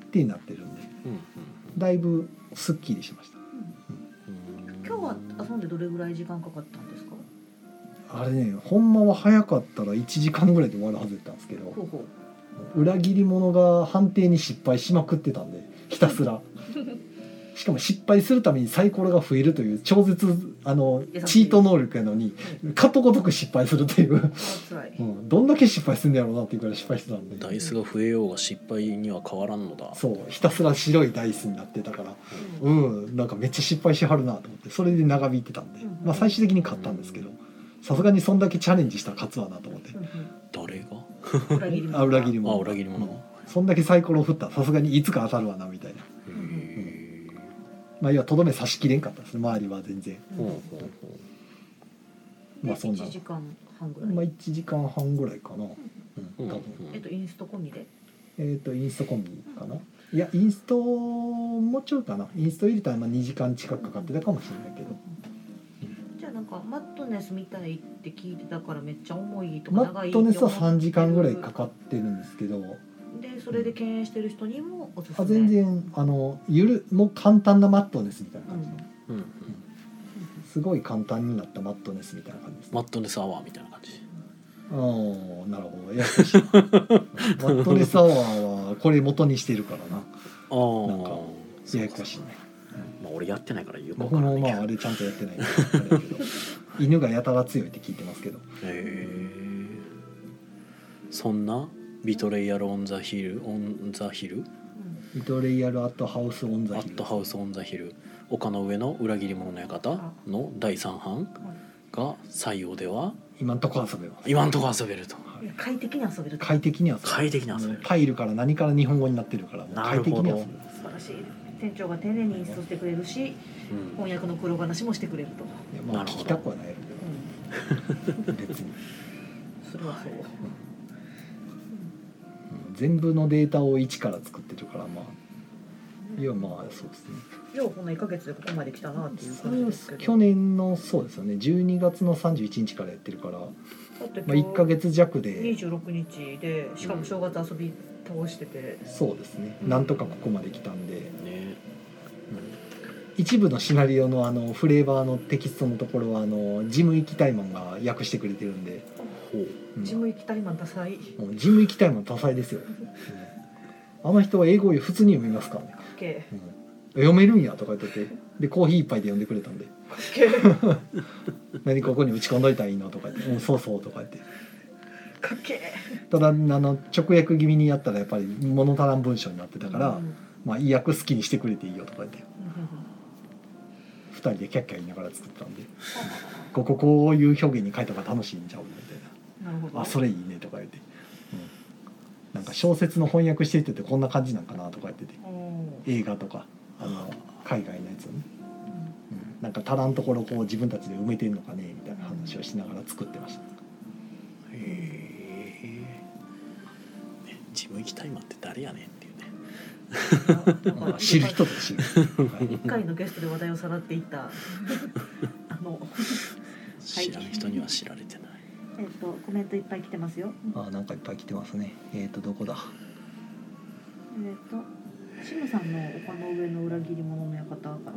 [SPEAKER 1] うん
[SPEAKER 2] てなってるんで
[SPEAKER 1] うん
[SPEAKER 2] だいぶすっきりしました
[SPEAKER 1] うんうん
[SPEAKER 3] 今日は遊んでどれぐらい時間かかったんですか
[SPEAKER 2] あれねほんまは早かったら1時間ぐらいで終わるはずだったんですけど
[SPEAKER 3] ほうほ
[SPEAKER 2] 裏切り者が判定に失敗しまくってたんでひたす らしかも失敗するためにサイコロが増えるという超絶あの
[SPEAKER 3] 優しい
[SPEAKER 2] チート能力やのにかとごとく失敗するという、
[SPEAKER 3] う、つらいう
[SPEAKER 2] ん、どんだけ失敗するんだろうなっていうぐらい失敗してたんで
[SPEAKER 1] ダイスが増えようが失敗には変わらんのだ
[SPEAKER 2] そうひたすら白いダイスになってたから
[SPEAKER 3] う
[SPEAKER 2] うんんなんかめっちゃ失敗しはるなと思ってそれで長引いてたんで
[SPEAKER 3] うん、
[SPEAKER 2] まあ、最終的に勝ったんですけどさすがにそんだけチャレンジしたら勝つわなと思って
[SPEAKER 1] 誰が
[SPEAKER 3] うん裏切り者
[SPEAKER 2] あ裏
[SPEAKER 1] あ裏切
[SPEAKER 2] 切り者
[SPEAKER 1] り者が
[SPEAKER 2] そんだけサイコロ振ったらさすがにいつか当たるわなみたいな
[SPEAKER 1] へえ
[SPEAKER 2] まあ要はとどめ刺しきれんかったですね周りは全然
[SPEAKER 3] う
[SPEAKER 1] ほ
[SPEAKER 3] ん
[SPEAKER 1] う
[SPEAKER 3] で
[SPEAKER 1] ほうほ
[SPEAKER 2] まあそんな
[SPEAKER 3] 1時間半ぐらい、
[SPEAKER 2] まあ1時間半ぐらいかな、うん、
[SPEAKER 1] う
[SPEAKER 2] 多分
[SPEAKER 1] うん
[SPEAKER 3] えっとインスト込みで
[SPEAKER 2] えっ、とインストコンビかないやインストもうちょいかなインスト入れたらまあ2時間近くかかってたかもしれないけど
[SPEAKER 3] じゃあなんかマットネスみたいって聞いてたからめっちゃ重いとか
[SPEAKER 2] マ
[SPEAKER 3] 長
[SPEAKER 2] ッ
[SPEAKER 3] いって
[SPEAKER 2] ト
[SPEAKER 3] 思
[SPEAKER 2] ネ
[SPEAKER 3] っ
[SPEAKER 2] スは3時間ぐらいか
[SPEAKER 3] か
[SPEAKER 2] かってるんですけど
[SPEAKER 3] でそれで敬遠してる人にもおすす
[SPEAKER 2] あ
[SPEAKER 3] め
[SPEAKER 2] 全然あのゆるもう簡単なマットネスみたいな
[SPEAKER 3] う
[SPEAKER 2] 感じ、
[SPEAKER 3] ん
[SPEAKER 1] うんうん
[SPEAKER 2] すごい簡単になったマットネスみたいな感じです、ね、
[SPEAKER 1] マットネスアワーみたいな感じ
[SPEAKER 2] あーなるほどややこ しいマットネスアワーはこれ元にしてるからな
[SPEAKER 1] ああ
[SPEAKER 2] なんかややこしいね
[SPEAKER 1] まあ俺やってないからよくわ
[SPEAKER 2] 僕
[SPEAKER 1] からな
[SPEAKER 2] も
[SPEAKER 1] い
[SPEAKER 2] ま
[SPEAKER 1] け
[SPEAKER 2] あ
[SPEAKER 1] ど
[SPEAKER 2] あ
[SPEAKER 1] へ
[SPEAKER 2] れちゃんとやってないんであれだ けど犬がやたら強いって聞いてますけど
[SPEAKER 1] えそんなビトレイヤルオンザヒルオンザヒル
[SPEAKER 2] 「リトレイヤル・アット・ハウス・オン・
[SPEAKER 1] ア
[SPEAKER 2] ザ・ヒ
[SPEAKER 1] ッ
[SPEAKER 2] ル
[SPEAKER 1] ト」ハウスオンザヒル丘の上の裏切り者の館の第三版が採用では
[SPEAKER 2] 今んとこ遊べます
[SPEAKER 1] 今んとこ遊べると
[SPEAKER 3] うんいや快適に遊べると
[SPEAKER 2] 快適に遊べ
[SPEAKER 1] 快適に遊べ
[SPEAKER 2] もう
[SPEAKER 1] る
[SPEAKER 2] パイルから何から日本語になってるからもう
[SPEAKER 1] なる
[SPEAKER 2] 快
[SPEAKER 1] ほど
[SPEAKER 2] 適に遊べる
[SPEAKER 3] 素晴らしい店長が丁寧にインストしてくれるし
[SPEAKER 1] うん
[SPEAKER 3] 翻訳の苦労話もしてくれると、
[SPEAKER 2] いやま
[SPEAKER 1] な
[SPEAKER 2] あ
[SPEAKER 1] る
[SPEAKER 2] 聞
[SPEAKER 1] ほど
[SPEAKER 2] きたくはないやろう
[SPEAKER 3] う
[SPEAKER 2] け ど別に
[SPEAKER 3] ん、それはそう、
[SPEAKER 2] うん全部のデータを一から作ってるからまあいやまあそうですね
[SPEAKER 3] ようこの1ヶ月でここまで来たなっていう
[SPEAKER 2] そ
[SPEAKER 3] 感
[SPEAKER 2] れ
[SPEAKER 3] じ
[SPEAKER 2] は
[SPEAKER 3] ですけど
[SPEAKER 2] 去年のそうですよね12月の31日からやってるから、ま
[SPEAKER 3] だって
[SPEAKER 2] あ、
[SPEAKER 3] 今日
[SPEAKER 2] 1か月弱で
[SPEAKER 3] 26日でしかも正月遊び倒してて、
[SPEAKER 2] そうですね
[SPEAKER 1] うん
[SPEAKER 2] なんとかここまで来たんで
[SPEAKER 1] ね
[SPEAKER 2] 一部のシナリオのあのフレーバーのテキストのところはあのジム行きたいマンが訳してくれてるんで、
[SPEAKER 1] ほう
[SPEAKER 2] うん
[SPEAKER 3] ジム行きたいマンダサい
[SPEAKER 2] もうジム行きたいマン多彩ですよ、うんあの人は英語で普通に読みますからね、
[SPEAKER 3] かっけ
[SPEAKER 2] うん読めるんやとか言っててでコーヒー一杯で読んでくれたんで
[SPEAKER 3] えかっけえ
[SPEAKER 2] 何ここに打ち込んどいたらいいのとか言って、うん、そうそうとか言って
[SPEAKER 3] かっけえ
[SPEAKER 2] ただあの直訳気味にやったらやっぱり物足らん文章になってたから、
[SPEAKER 3] うん
[SPEAKER 2] まあ、意訳好きにしてくれていいよとか言って2人でキャッキャ言いながら作ったんでこここういう表現に書いた方が楽しいんちゃうみたいな。
[SPEAKER 3] なるほど
[SPEAKER 2] あそれいいねとか言って、うん、なんか小説の翻訳していっててこんな感じなんかなとか言ってて
[SPEAKER 3] うん
[SPEAKER 2] 映画とかあの海外のやつをね、うん、なんか足らんところこう自分たちで埋めてんのかねみたいな話をしながら作ってました
[SPEAKER 1] へえジム行きタイマーって誰やねんっていうね
[SPEAKER 3] だか
[SPEAKER 2] まあ
[SPEAKER 3] ら
[SPEAKER 2] 知る人と知る、はい
[SPEAKER 3] 一回のゲストで話題をさらっていった あの
[SPEAKER 1] 知らん人には知られてない
[SPEAKER 3] えっとコメントいっぱい来てますよ。
[SPEAKER 2] あなんかいっぱい来てますねえっ、とどこだ
[SPEAKER 3] えっとシムさんの丘の上の裏切り者の館からかな。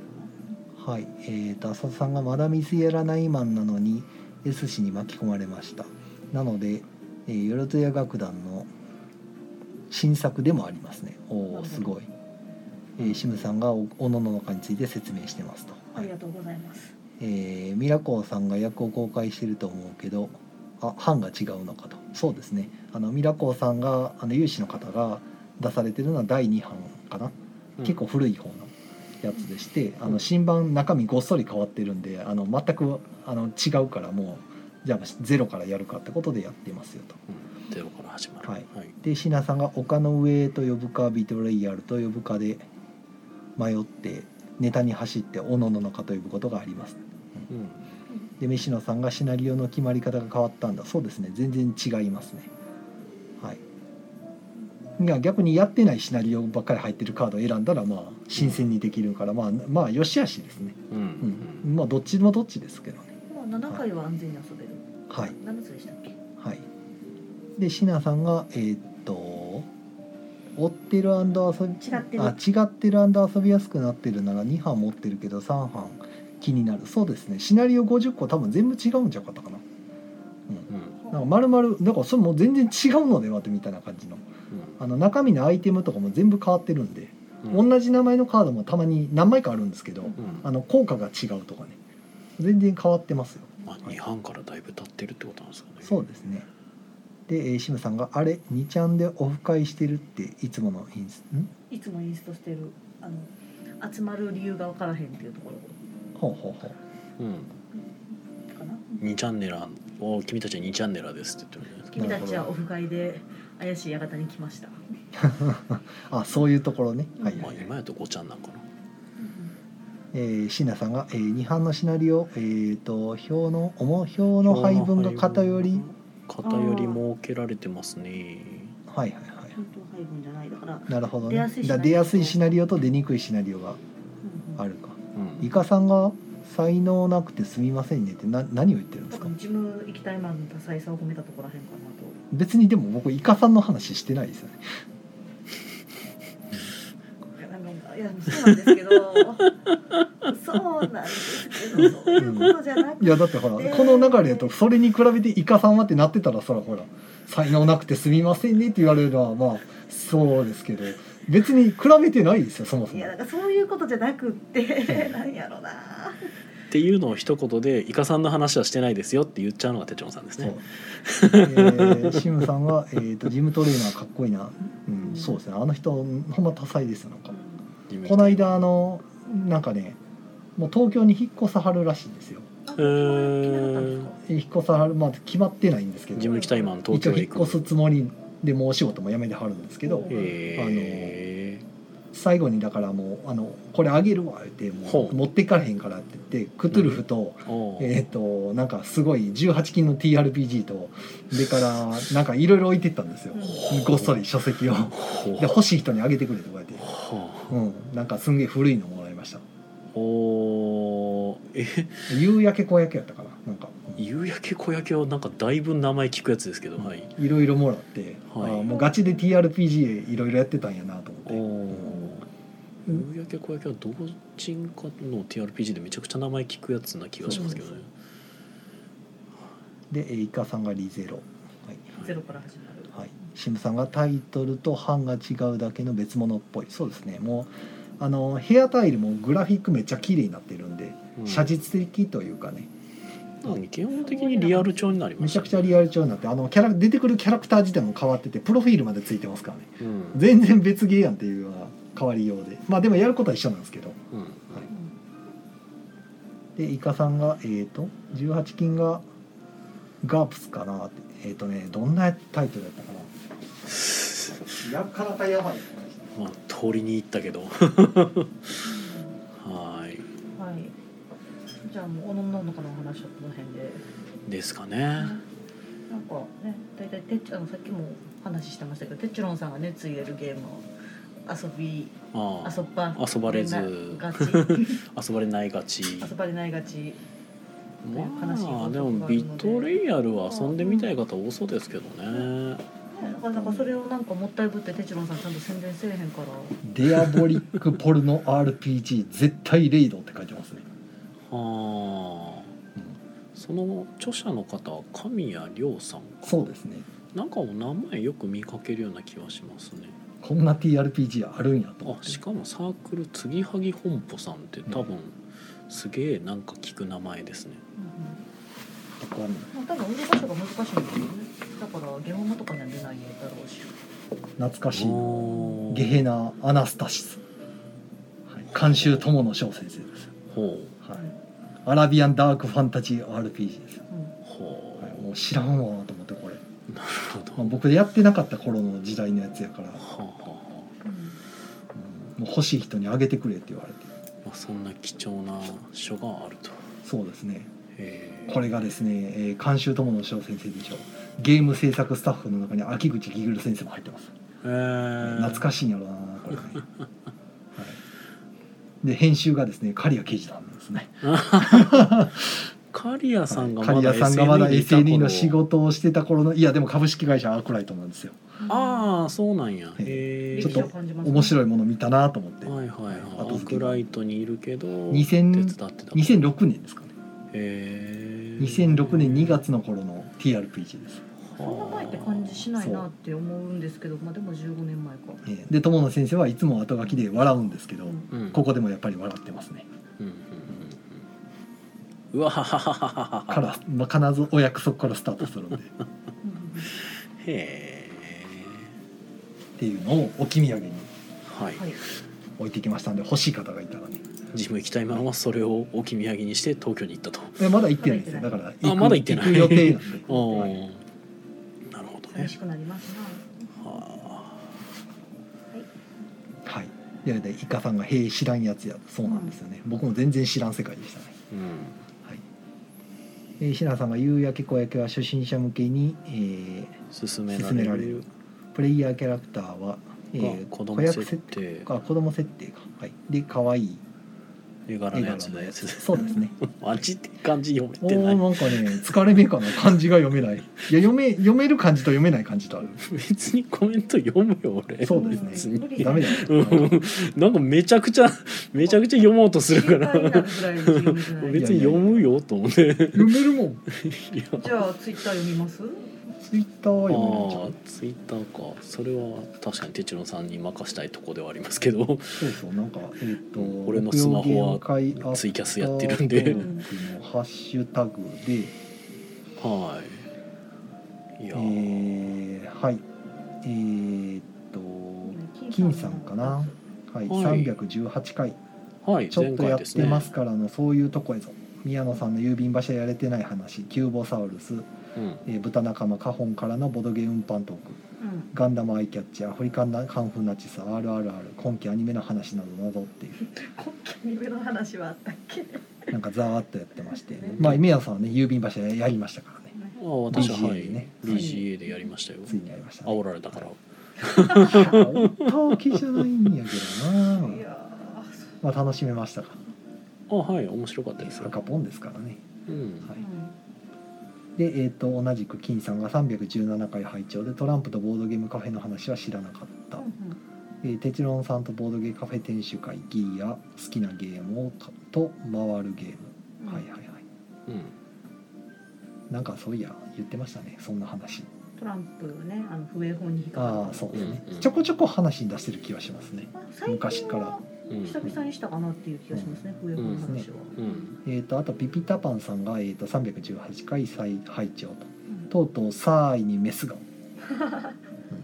[SPEAKER 2] はいえー、と浅田さんがまだ水やらないマンなのに S 氏に巻き込まれましたなので、えー、よろずや楽団の新作でもありますねおおすごい、えー、シムさんがおおのののかについて説明してますと、
[SPEAKER 3] あ
[SPEAKER 2] はい
[SPEAKER 3] りがとうございます。
[SPEAKER 2] えーミラコーさんが役を公開してると思うけどあ版が違うのかとそうですねあのミラコーさんがあの有志の方が出されてるのは第2版かな結構古い方のやつでして、あの新版中身ごっそり変わってるんであの全くあの違うからもうじゃあゼロからやるかってことでやってますよと。
[SPEAKER 1] うんゼロから始まる
[SPEAKER 2] はいでシナさんが「丘の上」と呼ぶか「ビトレイヤル」と呼ぶかで迷ってネタに走って「おのののか」と呼ぶことがあります。
[SPEAKER 1] うん
[SPEAKER 2] で飯野さんがシナリオの決まり方が変わったんだそうですね全然違いますねはいいや逆にやってないシナリオばっかり入ってるカードを選んだらまあ新鮮にできるから、まあまあよしあしですね、
[SPEAKER 1] うんう
[SPEAKER 2] うんん、まあどっちもどっちですけどね
[SPEAKER 3] もう七回は安全に遊べる。
[SPEAKER 2] はい
[SPEAKER 3] 七つでしたっけ？
[SPEAKER 2] はいでシナさんがえーっと追ってる遊び
[SPEAKER 3] 違ってる
[SPEAKER 2] あ違ってる遊びやすくなってるなら2班持ってるけど3班気になるそうですねシナリオ50個多分全部違うんちゃうかったかな
[SPEAKER 1] うん
[SPEAKER 2] なんか丸々なんかそれもう全然違うのではってみたいな感じのあの中身のアイテムとかも全部変わってるんで、
[SPEAKER 1] うんうん
[SPEAKER 2] 同じ名前のカードもたまに何枚かあるんですけど、あの効果が違うとかね全然変わってますよ
[SPEAKER 1] まあ二班からだいぶ経ってるってことなんですかね
[SPEAKER 2] そうですねで、えーシムさんが「あれ2ちゃんでオフ会してるっていつものインスん
[SPEAKER 3] いつもインストしてるあの集まる理由が分からへんっていうところ
[SPEAKER 2] ほうほうほう
[SPEAKER 1] うん
[SPEAKER 3] かな。
[SPEAKER 1] 二チャンネラーお君たちは二チャンネラーですって言ってるんじゃ
[SPEAKER 3] 君たちはオフ会で怪しい館に来ました。
[SPEAKER 2] あそういうところね
[SPEAKER 3] うん
[SPEAKER 2] はい
[SPEAKER 1] ないですかまあ今
[SPEAKER 2] はい、
[SPEAKER 1] やと五チャンなんかな
[SPEAKER 2] えーシナさんが、えー、2班のシナリオえー、と表の表の配分が偏り
[SPEAKER 1] 偏り設けられてますね
[SPEAKER 2] はいはいはい
[SPEAKER 3] 本当配分じゃないだから。
[SPEAKER 2] なるほどね
[SPEAKER 3] 出やすいシナリオ
[SPEAKER 2] だ出やすいシナリオと出にくいシナリオが
[SPEAKER 3] うんうん
[SPEAKER 2] あるか
[SPEAKER 1] うん
[SPEAKER 2] イカさんが「才能なくてすみませんね」ってな何を言ってるんで
[SPEAKER 3] 多
[SPEAKER 2] すか
[SPEAKER 3] 分ジム行きたいマンの多彩さを褒めたところらへんかなと。
[SPEAKER 2] 別にでも僕イカさんの話してないですよね
[SPEAKER 3] いやなんかいやそうなんですけどそうなんですけどそういうことじゃなく
[SPEAKER 2] い
[SPEAKER 3] て
[SPEAKER 2] やだってほら、
[SPEAKER 3] えー
[SPEAKER 2] この流れやとそれに比べてイカさんはってなってたらそらほら「才能なくてすみませんね」って言われるのはまあそうですけど別に比べてないですよそもそ
[SPEAKER 3] い
[SPEAKER 2] も
[SPEAKER 3] やなんかそういうことじゃなくってなんやろな
[SPEAKER 1] っていうのを一言でイカさんの話はしてないですよって言っちゃうのがテチョンさんです
[SPEAKER 2] そう
[SPEAKER 1] ね、
[SPEAKER 2] えー、シムさんは、えーと「ジムトレーナーかっこいいな」うん、そうですねあの人ほんま多彩ですよなんか。この間あのなんかねもう東京に引っ越さはるらしいんですよ
[SPEAKER 3] あうん
[SPEAKER 2] え引っ越さはるまあ決まってないんですけど
[SPEAKER 1] ジム期待マン東
[SPEAKER 2] 一
[SPEAKER 1] 京
[SPEAKER 2] 応
[SPEAKER 1] へ
[SPEAKER 2] 引っ
[SPEAKER 1] 行
[SPEAKER 2] 越す
[SPEAKER 1] く
[SPEAKER 2] つもりでもうお仕事も辞めてはるんですけど
[SPEAKER 3] え
[SPEAKER 1] へ
[SPEAKER 2] 最後にだからもうあの「これあげるわ」っても
[SPEAKER 1] ほ
[SPEAKER 2] う
[SPEAKER 1] う
[SPEAKER 2] 持っていかれへんからって言ってクトゥルフと、
[SPEAKER 1] ーおー
[SPEAKER 2] えっ、となんかすごい18金の TRPG とそれからなんかいろいろ置いてったんですよ
[SPEAKER 3] う
[SPEAKER 2] ごっそり書籍を
[SPEAKER 1] ほう
[SPEAKER 2] で欲しい人にあげてくれとか言って、
[SPEAKER 1] ほ
[SPEAKER 2] うん、なんかすんげえ古いのもらいました
[SPEAKER 1] うおーえ
[SPEAKER 2] 夕焼け小焼けやったかななんか
[SPEAKER 1] 夕焼け小焼けはなんかだいぶ名前聞くやつですけどはい
[SPEAKER 2] いろいろもらって、
[SPEAKER 1] はい
[SPEAKER 2] ああもうガチで TRPG いろいろやってたんやなと
[SPEAKER 1] お
[SPEAKER 2] 思って
[SPEAKER 1] ー
[SPEAKER 2] うん
[SPEAKER 1] 夕焼け小焼けは同人化の TRPG でめちゃくちゃ名前聞くやつな気がしますけどね
[SPEAKER 2] でえーイカさんがリゼロ、はい
[SPEAKER 3] ゼロから始まる
[SPEAKER 2] はい、シムさんがタイトルと版が違うだけの別物っぽいそうですねもうあのヘアタイルもグラフィックめっちゃ綺麗になってるんで、
[SPEAKER 1] うん
[SPEAKER 2] 写実的というかね
[SPEAKER 1] うん基本的にリアル調になりま
[SPEAKER 2] め
[SPEAKER 1] し
[SPEAKER 2] ち
[SPEAKER 1] た
[SPEAKER 2] ゃ
[SPEAKER 1] ね
[SPEAKER 2] くちゃリアル調になってあのキャラ出てくるキャラクター自体も変わっててプロフィールまでついてますからね
[SPEAKER 1] うん
[SPEAKER 2] 全然別ゲーやんっていうような変わりようでまあでもやることは一緒なんですけど
[SPEAKER 1] うん
[SPEAKER 3] うん
[SPEAKER 2] でイカさんがえっ、と18金がガープスかなえっ、とねどんなタイトルだったかななかなかやばいですね
[SPEAKER 1] まあ、通りに行ったけど はい
[SPEAKER 3] はい。じゃあもうおのののかのお話はこの辺で。
[SPEAKER 1] ですかね
[SPEAKER 3] なんかね、大体てっちあのさっきも話してましたけど、てっちろんさんが熱入れるゲームを遊び
[SPEAKER 1] あ
[SPEAKER 3] 遊ば
[SPEAKER 1] 遊ばれず
[SPEAKER 3] がち
[SPEAKER 1] 遊ばれないがち
[SPEAKER 3] 遊ばれないがち。
[SPEAKER 1] まあでもビットレイヤルは遊んでみたい方多そうですけどね
[SPEAKER 3] ね、だからなんかそれをなんかもったいぶっててちろんさんちゃんと宣伝せえへんから。
[SPEAKER 2] デアボリックポルノ RPG 絶対レイドって書いてますね
[SPEAKER 1] ああその著者の方神谷亮さん
[SPEAKER 2] そうですね
[SPEAKER 1] なんかお名前よく見かけるような気はしますね
[SPEAKER 2] こんな TRPG あるんやと思っ
[SPEAKER 1] あ
[SPEAKER 2] て
[SPEAKER 1] しかもサークル継ぎはぎ本舗さんって多分すげえなんか聞く名前ですね
[SPEAKER 3] うん
[SPEAKER 2] ここはね
[SPEAKER 3] うん。まあ多分売り場所が難しいんだけどね。だからゲームマとかには出ないだろうし。
[SPEAKER 2] 懐かしい
[SPEAKER 1] おー
[SPEAKER 2] ゲヘナ・アナスタシス、はい、監修友野翔先生です、
[SPEAKER 1] ほう
[SPEAKER 2] は
[SPEAKER 3] う
[SPEAKER 2] い、
[SPEAKER 3] ん
[SPEAKER 2] アラビアンダークファンタジー RPG です、
[SPEAKER 1] ほう
[SPEAKER 2] はい、もう知らんわと思ってこれ、
[SPEAKER 1] なるほど
[SPEAKER 2] まあ、僕でやってなかった頃の時代のやつやから、
[SPEAKER 1] はあはあは
[SPEAKER 3] うん
[SPEAKER 2] うんもう欲しい人にあげてくれって言われて
[SPEAKER 1] あまあ、そんな貴重な書があると
[SPEAKER 2] そうですね
[SPEAKER 1] へえ
[SPEAKER 2] これがですね、えー監修友野翔先生でしょうゲーム制作スタッフの中に秋口ギグル先生も入ってます
[SPEAKER 1] へえ
[SPEAKER 2] 懐か
[SPEAKER 1] しい
[SPEAKER 2] しいんやろうなこれね、はい、で編集がですね刈谷刑事なんですね
[SPEAKER 1] 刈谷さんが
[SPEAKER 2] 刈谷さんがまだ SNE の仕
[SPEAKER 1] にいた頃
[SPEAKER 2] 事をしてた頃のいやでも株式会社アークライトなんですよ
[SPEAKER 1] ああそうなんやへえ
[SPEAKER 2] ちょっ
[SPEAKER 3] 歴史を感じますね
[SPEAKER 2] 面白いもの見たなと思って
[SPEAKER 1] はいはいはいア
[SPEAKER 2] 後
[SPEAKER 1] ー
[SPEAKER 2] 付け
[SPEAKER 1] クライトにいるけど
[SPEAKER 2] 2000
[SPEAKER 1] 手伝ってたとへ
[SPEAKER 2] 2006年ですかね
[SPEAKER 1] え
[SPEAKER 2] 2006年2月の頃の TRPG です、
[SPEAKER 3] そんな前って感じしないなって思うんですけど、まあでも15年前か。
[SPEAKER 2] ええで友野先生はいつも後書きで笑うんですけど、
[SPEAKER 3] うん
[SPEAKER 1] うん
[SPEAKER 2] ここでもやっぱり笑ってますね
[SPEAKER 1] うんうんうんうんうわはははははは
[SPEAKER 2] から、まあ、必ずお約束からスタートするん でっ
[SPEAKER 1] へ
[SPEAKER 2] ていうのを置き土産に
[SPEAKER 1] えはい、
[SPEAKER 3] はい。
[SPEAKER 2] 置いてきましたんで欲しい方がいたらね
[SPEAKER 1] ジム行きたいマンはそれを置き土産にして東京に行ったと
[SPEAKER 2] えまだ行ってないんですよだから行く
[SPEAKER 1] まだ行ってない
[SPEAKER 2] 行く予定なんで
[SPEAKER 1] おお、
[SPEAKER 2] はい
[SPEAKER 1] なるほどね
[SPEAKER 3] 寂しくなりますな。
[SPEAKER 1] は
[SPEAKER 2] はい。で、で、イカさんが、へえ、知らんやつや。そうなんですよね。僕も全然知らん世界でしたね。
[SPEAKER 1] あうん
[SPEAKER 2] はい。えー、シナさんが、夕焼け小焼けは初心者向けに、えー
[SPEAKER 1] 進めら
[SPEAKER 2] 進
[SPEAKER 1] れ
[SPEAKER 2] め
[SPEAKER 1] る
[SPEAKER 2] られるプレイヤーキャラクターは、えー
[SPEAKER 1] が子供
[SPEAKER 2] 子役
[SPEAKER 1] 設定
[SPEAKER 2] あ、子供設定か。はい。で、可愛い
[SPEAKER 1] 絵柄
[SPEAKER 2] 絵
[SPEAKER 1] の
[SPEAKER 2] 柄
[SPEAKER 1] やつ
[SPEAKER 2] のやつ。
[SPEAKER 1] です
[SPEAKER 2] そうで すね。
[SPEAKER 1] マジって漢字読
[SPEAKER 2] お
[SPEAKER 1] めてな
[SPEAKER 2] ー
[SPEAKER 1] い
[SPEAKER 2] なんかね、疲れ目かな。漢字が読めない。いや、読め、読める漢字と読めない漢字とある。
[SPEAKER 1] 別にコメント読むよ俺
[SPEAKER 2] そうですね
[SPEAKER 1] 別に
[SPEAKER 3] 無理
[SPEAKER 2] ダメだよ。
[SPEAKER 1] うんなんかめちゃくちゃめちゃくちゃ読もうとするか
[SPEAKER 3] 心配にな
[SPEAKER 1] ら
[SPEAKER 3] るぐらいの読みじ ゃない
[SPEAKER 1] 別に読むよと思ってい
[SPEAKER 2] 読めるもん。
[SPEAKER 1] や
[SPEAKER 3] じゃあツイッター読みます？
[SPEAKER 2] ツイッターは
[SPEAKER 1] あ
[SPEAKER 2] 読めないんちゃう
[SPEAKER 1] ーツイッターかそれは確かに哲郎さんに任したいとこではありますけど
[SPEAKER 2] そうそうなんかえっ、と
[SPEAKER 1] 俺のスマホは
[SPEAKER 2] は
[SPEAKER 1] ツイキャスやってるんで
[SPEAKER 2] ハッシュタグで
[SPEAKER 1] はいい
[SPEAKER 2] え
[SPEAKER 1] やー、
[SPEAKER 2] ー、はいえー、っと金さんかなはい、
[SPEAKER 1] はい
[SPEAKER 2] 318回
[SPEAKER 1] はい
[SPEAKER 2] ちょ
[SPEAKER 1] 前
[SPEAKER 2] っとや
[SPEAKER 1] 回
[SPEAKER 2] っ
[SPEAKER 1] です
[SPEAKER 2] て
[SPEAKER 1] ね
[SPEAKER 2] ますからの、そういうとこへぞ宮野さんの郵便馬車やれてない話キューボサウルス、
[SPEAKER 1] うん
[SPEAKER 2] えー、豚仲間カホンからのボドゲ運搬トーク
[SPEAKER 3] うん。
[SPEAKER 2] ガンダムアイキャッチアフリカンなカンフーナチス RRR 今期アニメの話などなどっていう
[SPEAKER 3] 今期 夢の話はあったっけ？
[SPEAKER 2] なんかざわっとやってまして
[SPEAKER 3] ね、
[SPEAKER 2] まあ、宮野さんはね、郵便馬車やりましたからね。
[SPEAKER 1] あー私ははい
[SPEAKER 2] BGA ね
[SPEAKER 1] BGA でやりましたよ
[SPEAKER 2] ついにやりました、ね。
[SPEAKER 1] 煽られたから
[SPEAKER 2] 煽ったわけじゃないんやけど
[SPEAKER 3] い
[SPEAKER 2] な。
[SPEAKER 3] やーそ
[SPEAKER 2] まあ、楽しめましたか。
[SPEAKER 1] あはい面白かったですよ
[SPEAKER 2] 赤ポンですからね。
[SPEAKER 1] うん
[SPEAKER 2] は
[SPEAKER 3] う。うん
[SPEAKER 2] い。で、えっ、と、同じく金さんが三百十七回拝聴で、トランプとボードゲームカフェの話は知らなかった。えー、テチロンさんとボードゲームカフェ店主会ギーや好きなゲームをとと回るゲーム。
[SPEAKER 3] うんうん
[SPEAKER 2] はいはいはい。
[SPEAKER 1] うん
[SPEAKER 2] なんかそういや言ってましたねそんな話
[SPEAKER 3] トランプねあの不衛法に引っかか
[SPEAKER 2] あ
[SPEAKER 3] っ
[SPEAKER 2] あ
[SPEAKER 3] た
[SPEAKER 2] そうですね、
[SPEAKER 1] うんうん
[SPEAKER 2] ちょこちょこ話に出してる気はしますね
[SPEAKER 3] あ最近は
[SPEAKER 2] 昔から
[SPEAKER 1] うん
[SPEAKER 3] 久々にしたかなっていう気がしますね不衛法の話は。
[SPEAKER 1] うん
[SPEAKER 2] えー、とあとピピタパンさんが、えー、と318回再配置と
[SPEAKER 3] うん
[SPEAKER 2] とうとうサーイにメスが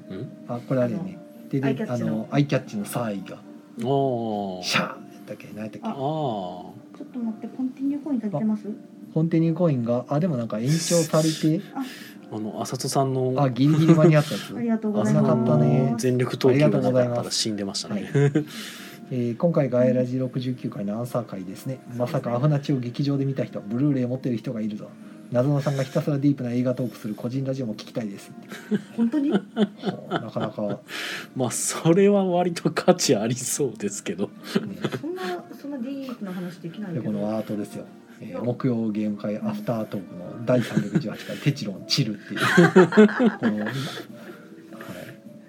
[SPEAKER 1] うん
[SPEAKER 2] あこれあれねで
[SPEAKER 3] アイキャ
[SPEAKER 2] で
[SPEAKER 3] ッ
[SPEAKER 2] あ
[SPEAKER 3] チの
[SPEAKER 2] のアイキャッチのサーイが
[SPEAKER 1] ああ
[SPEAKER 2] シャーだっけ何やったっ
[SPEAKER 1] ああ
[SPEAKER 3] ちょっと待ってパンティニュニューコイン足りてます
[SPEAKER 2] コンティニューコインがあでもなんか延長されて
[SPEAKER 1] あの浅田さんの
[SPEAKER 2] あギリギリ間に合ったやつ
[SPEAKER 3] ありがとうござい
[SPEAKER 1] 浅
[SPEAKER 3] ま
[SPEAKER 1] 田さ
[SPEAKER 3] す
[SPEAKER 1] ん
[SPEAKER 2] 危なかったね
[SPEAKER 1] の全力投球がな
[SPEAKER 2] ありがとうござい
[SPEAKER 1] かった
[SPEAKER 2] ま
[SPEAKER 1] ら
[SPEAKER 2] す
[SPEAKER 1] 死んでました
[SPEAKER 2] はい
[SPEAKER 1] ね。
[SPEAKER 2] えー今回ガエラジ69回のアンサー回ですねまさかアフナチを劇場で見た人ブルーレイ持ってる人がいるぞ謎のさんがひたすらディープな映画トークする個人ラジオも聞きたいです
[SPEAKER 3] 本当に
[SPEAKER 2] ほうなかなか、ね、
[SPEAKER 1] まあそれは割と価値ありそうですけど。
[SPEAKER 3] そんなそんなディープな話できない
[SPEAKER 2] で
[SPEAKER 3] け
[SPEAKER 2] こ
[SPEAKER 3] ど
[SPEAKER 2] のアートですよ、えー木曜ゲーム会アフタートークの第318回「テチロンチル」 っていうこの、はい、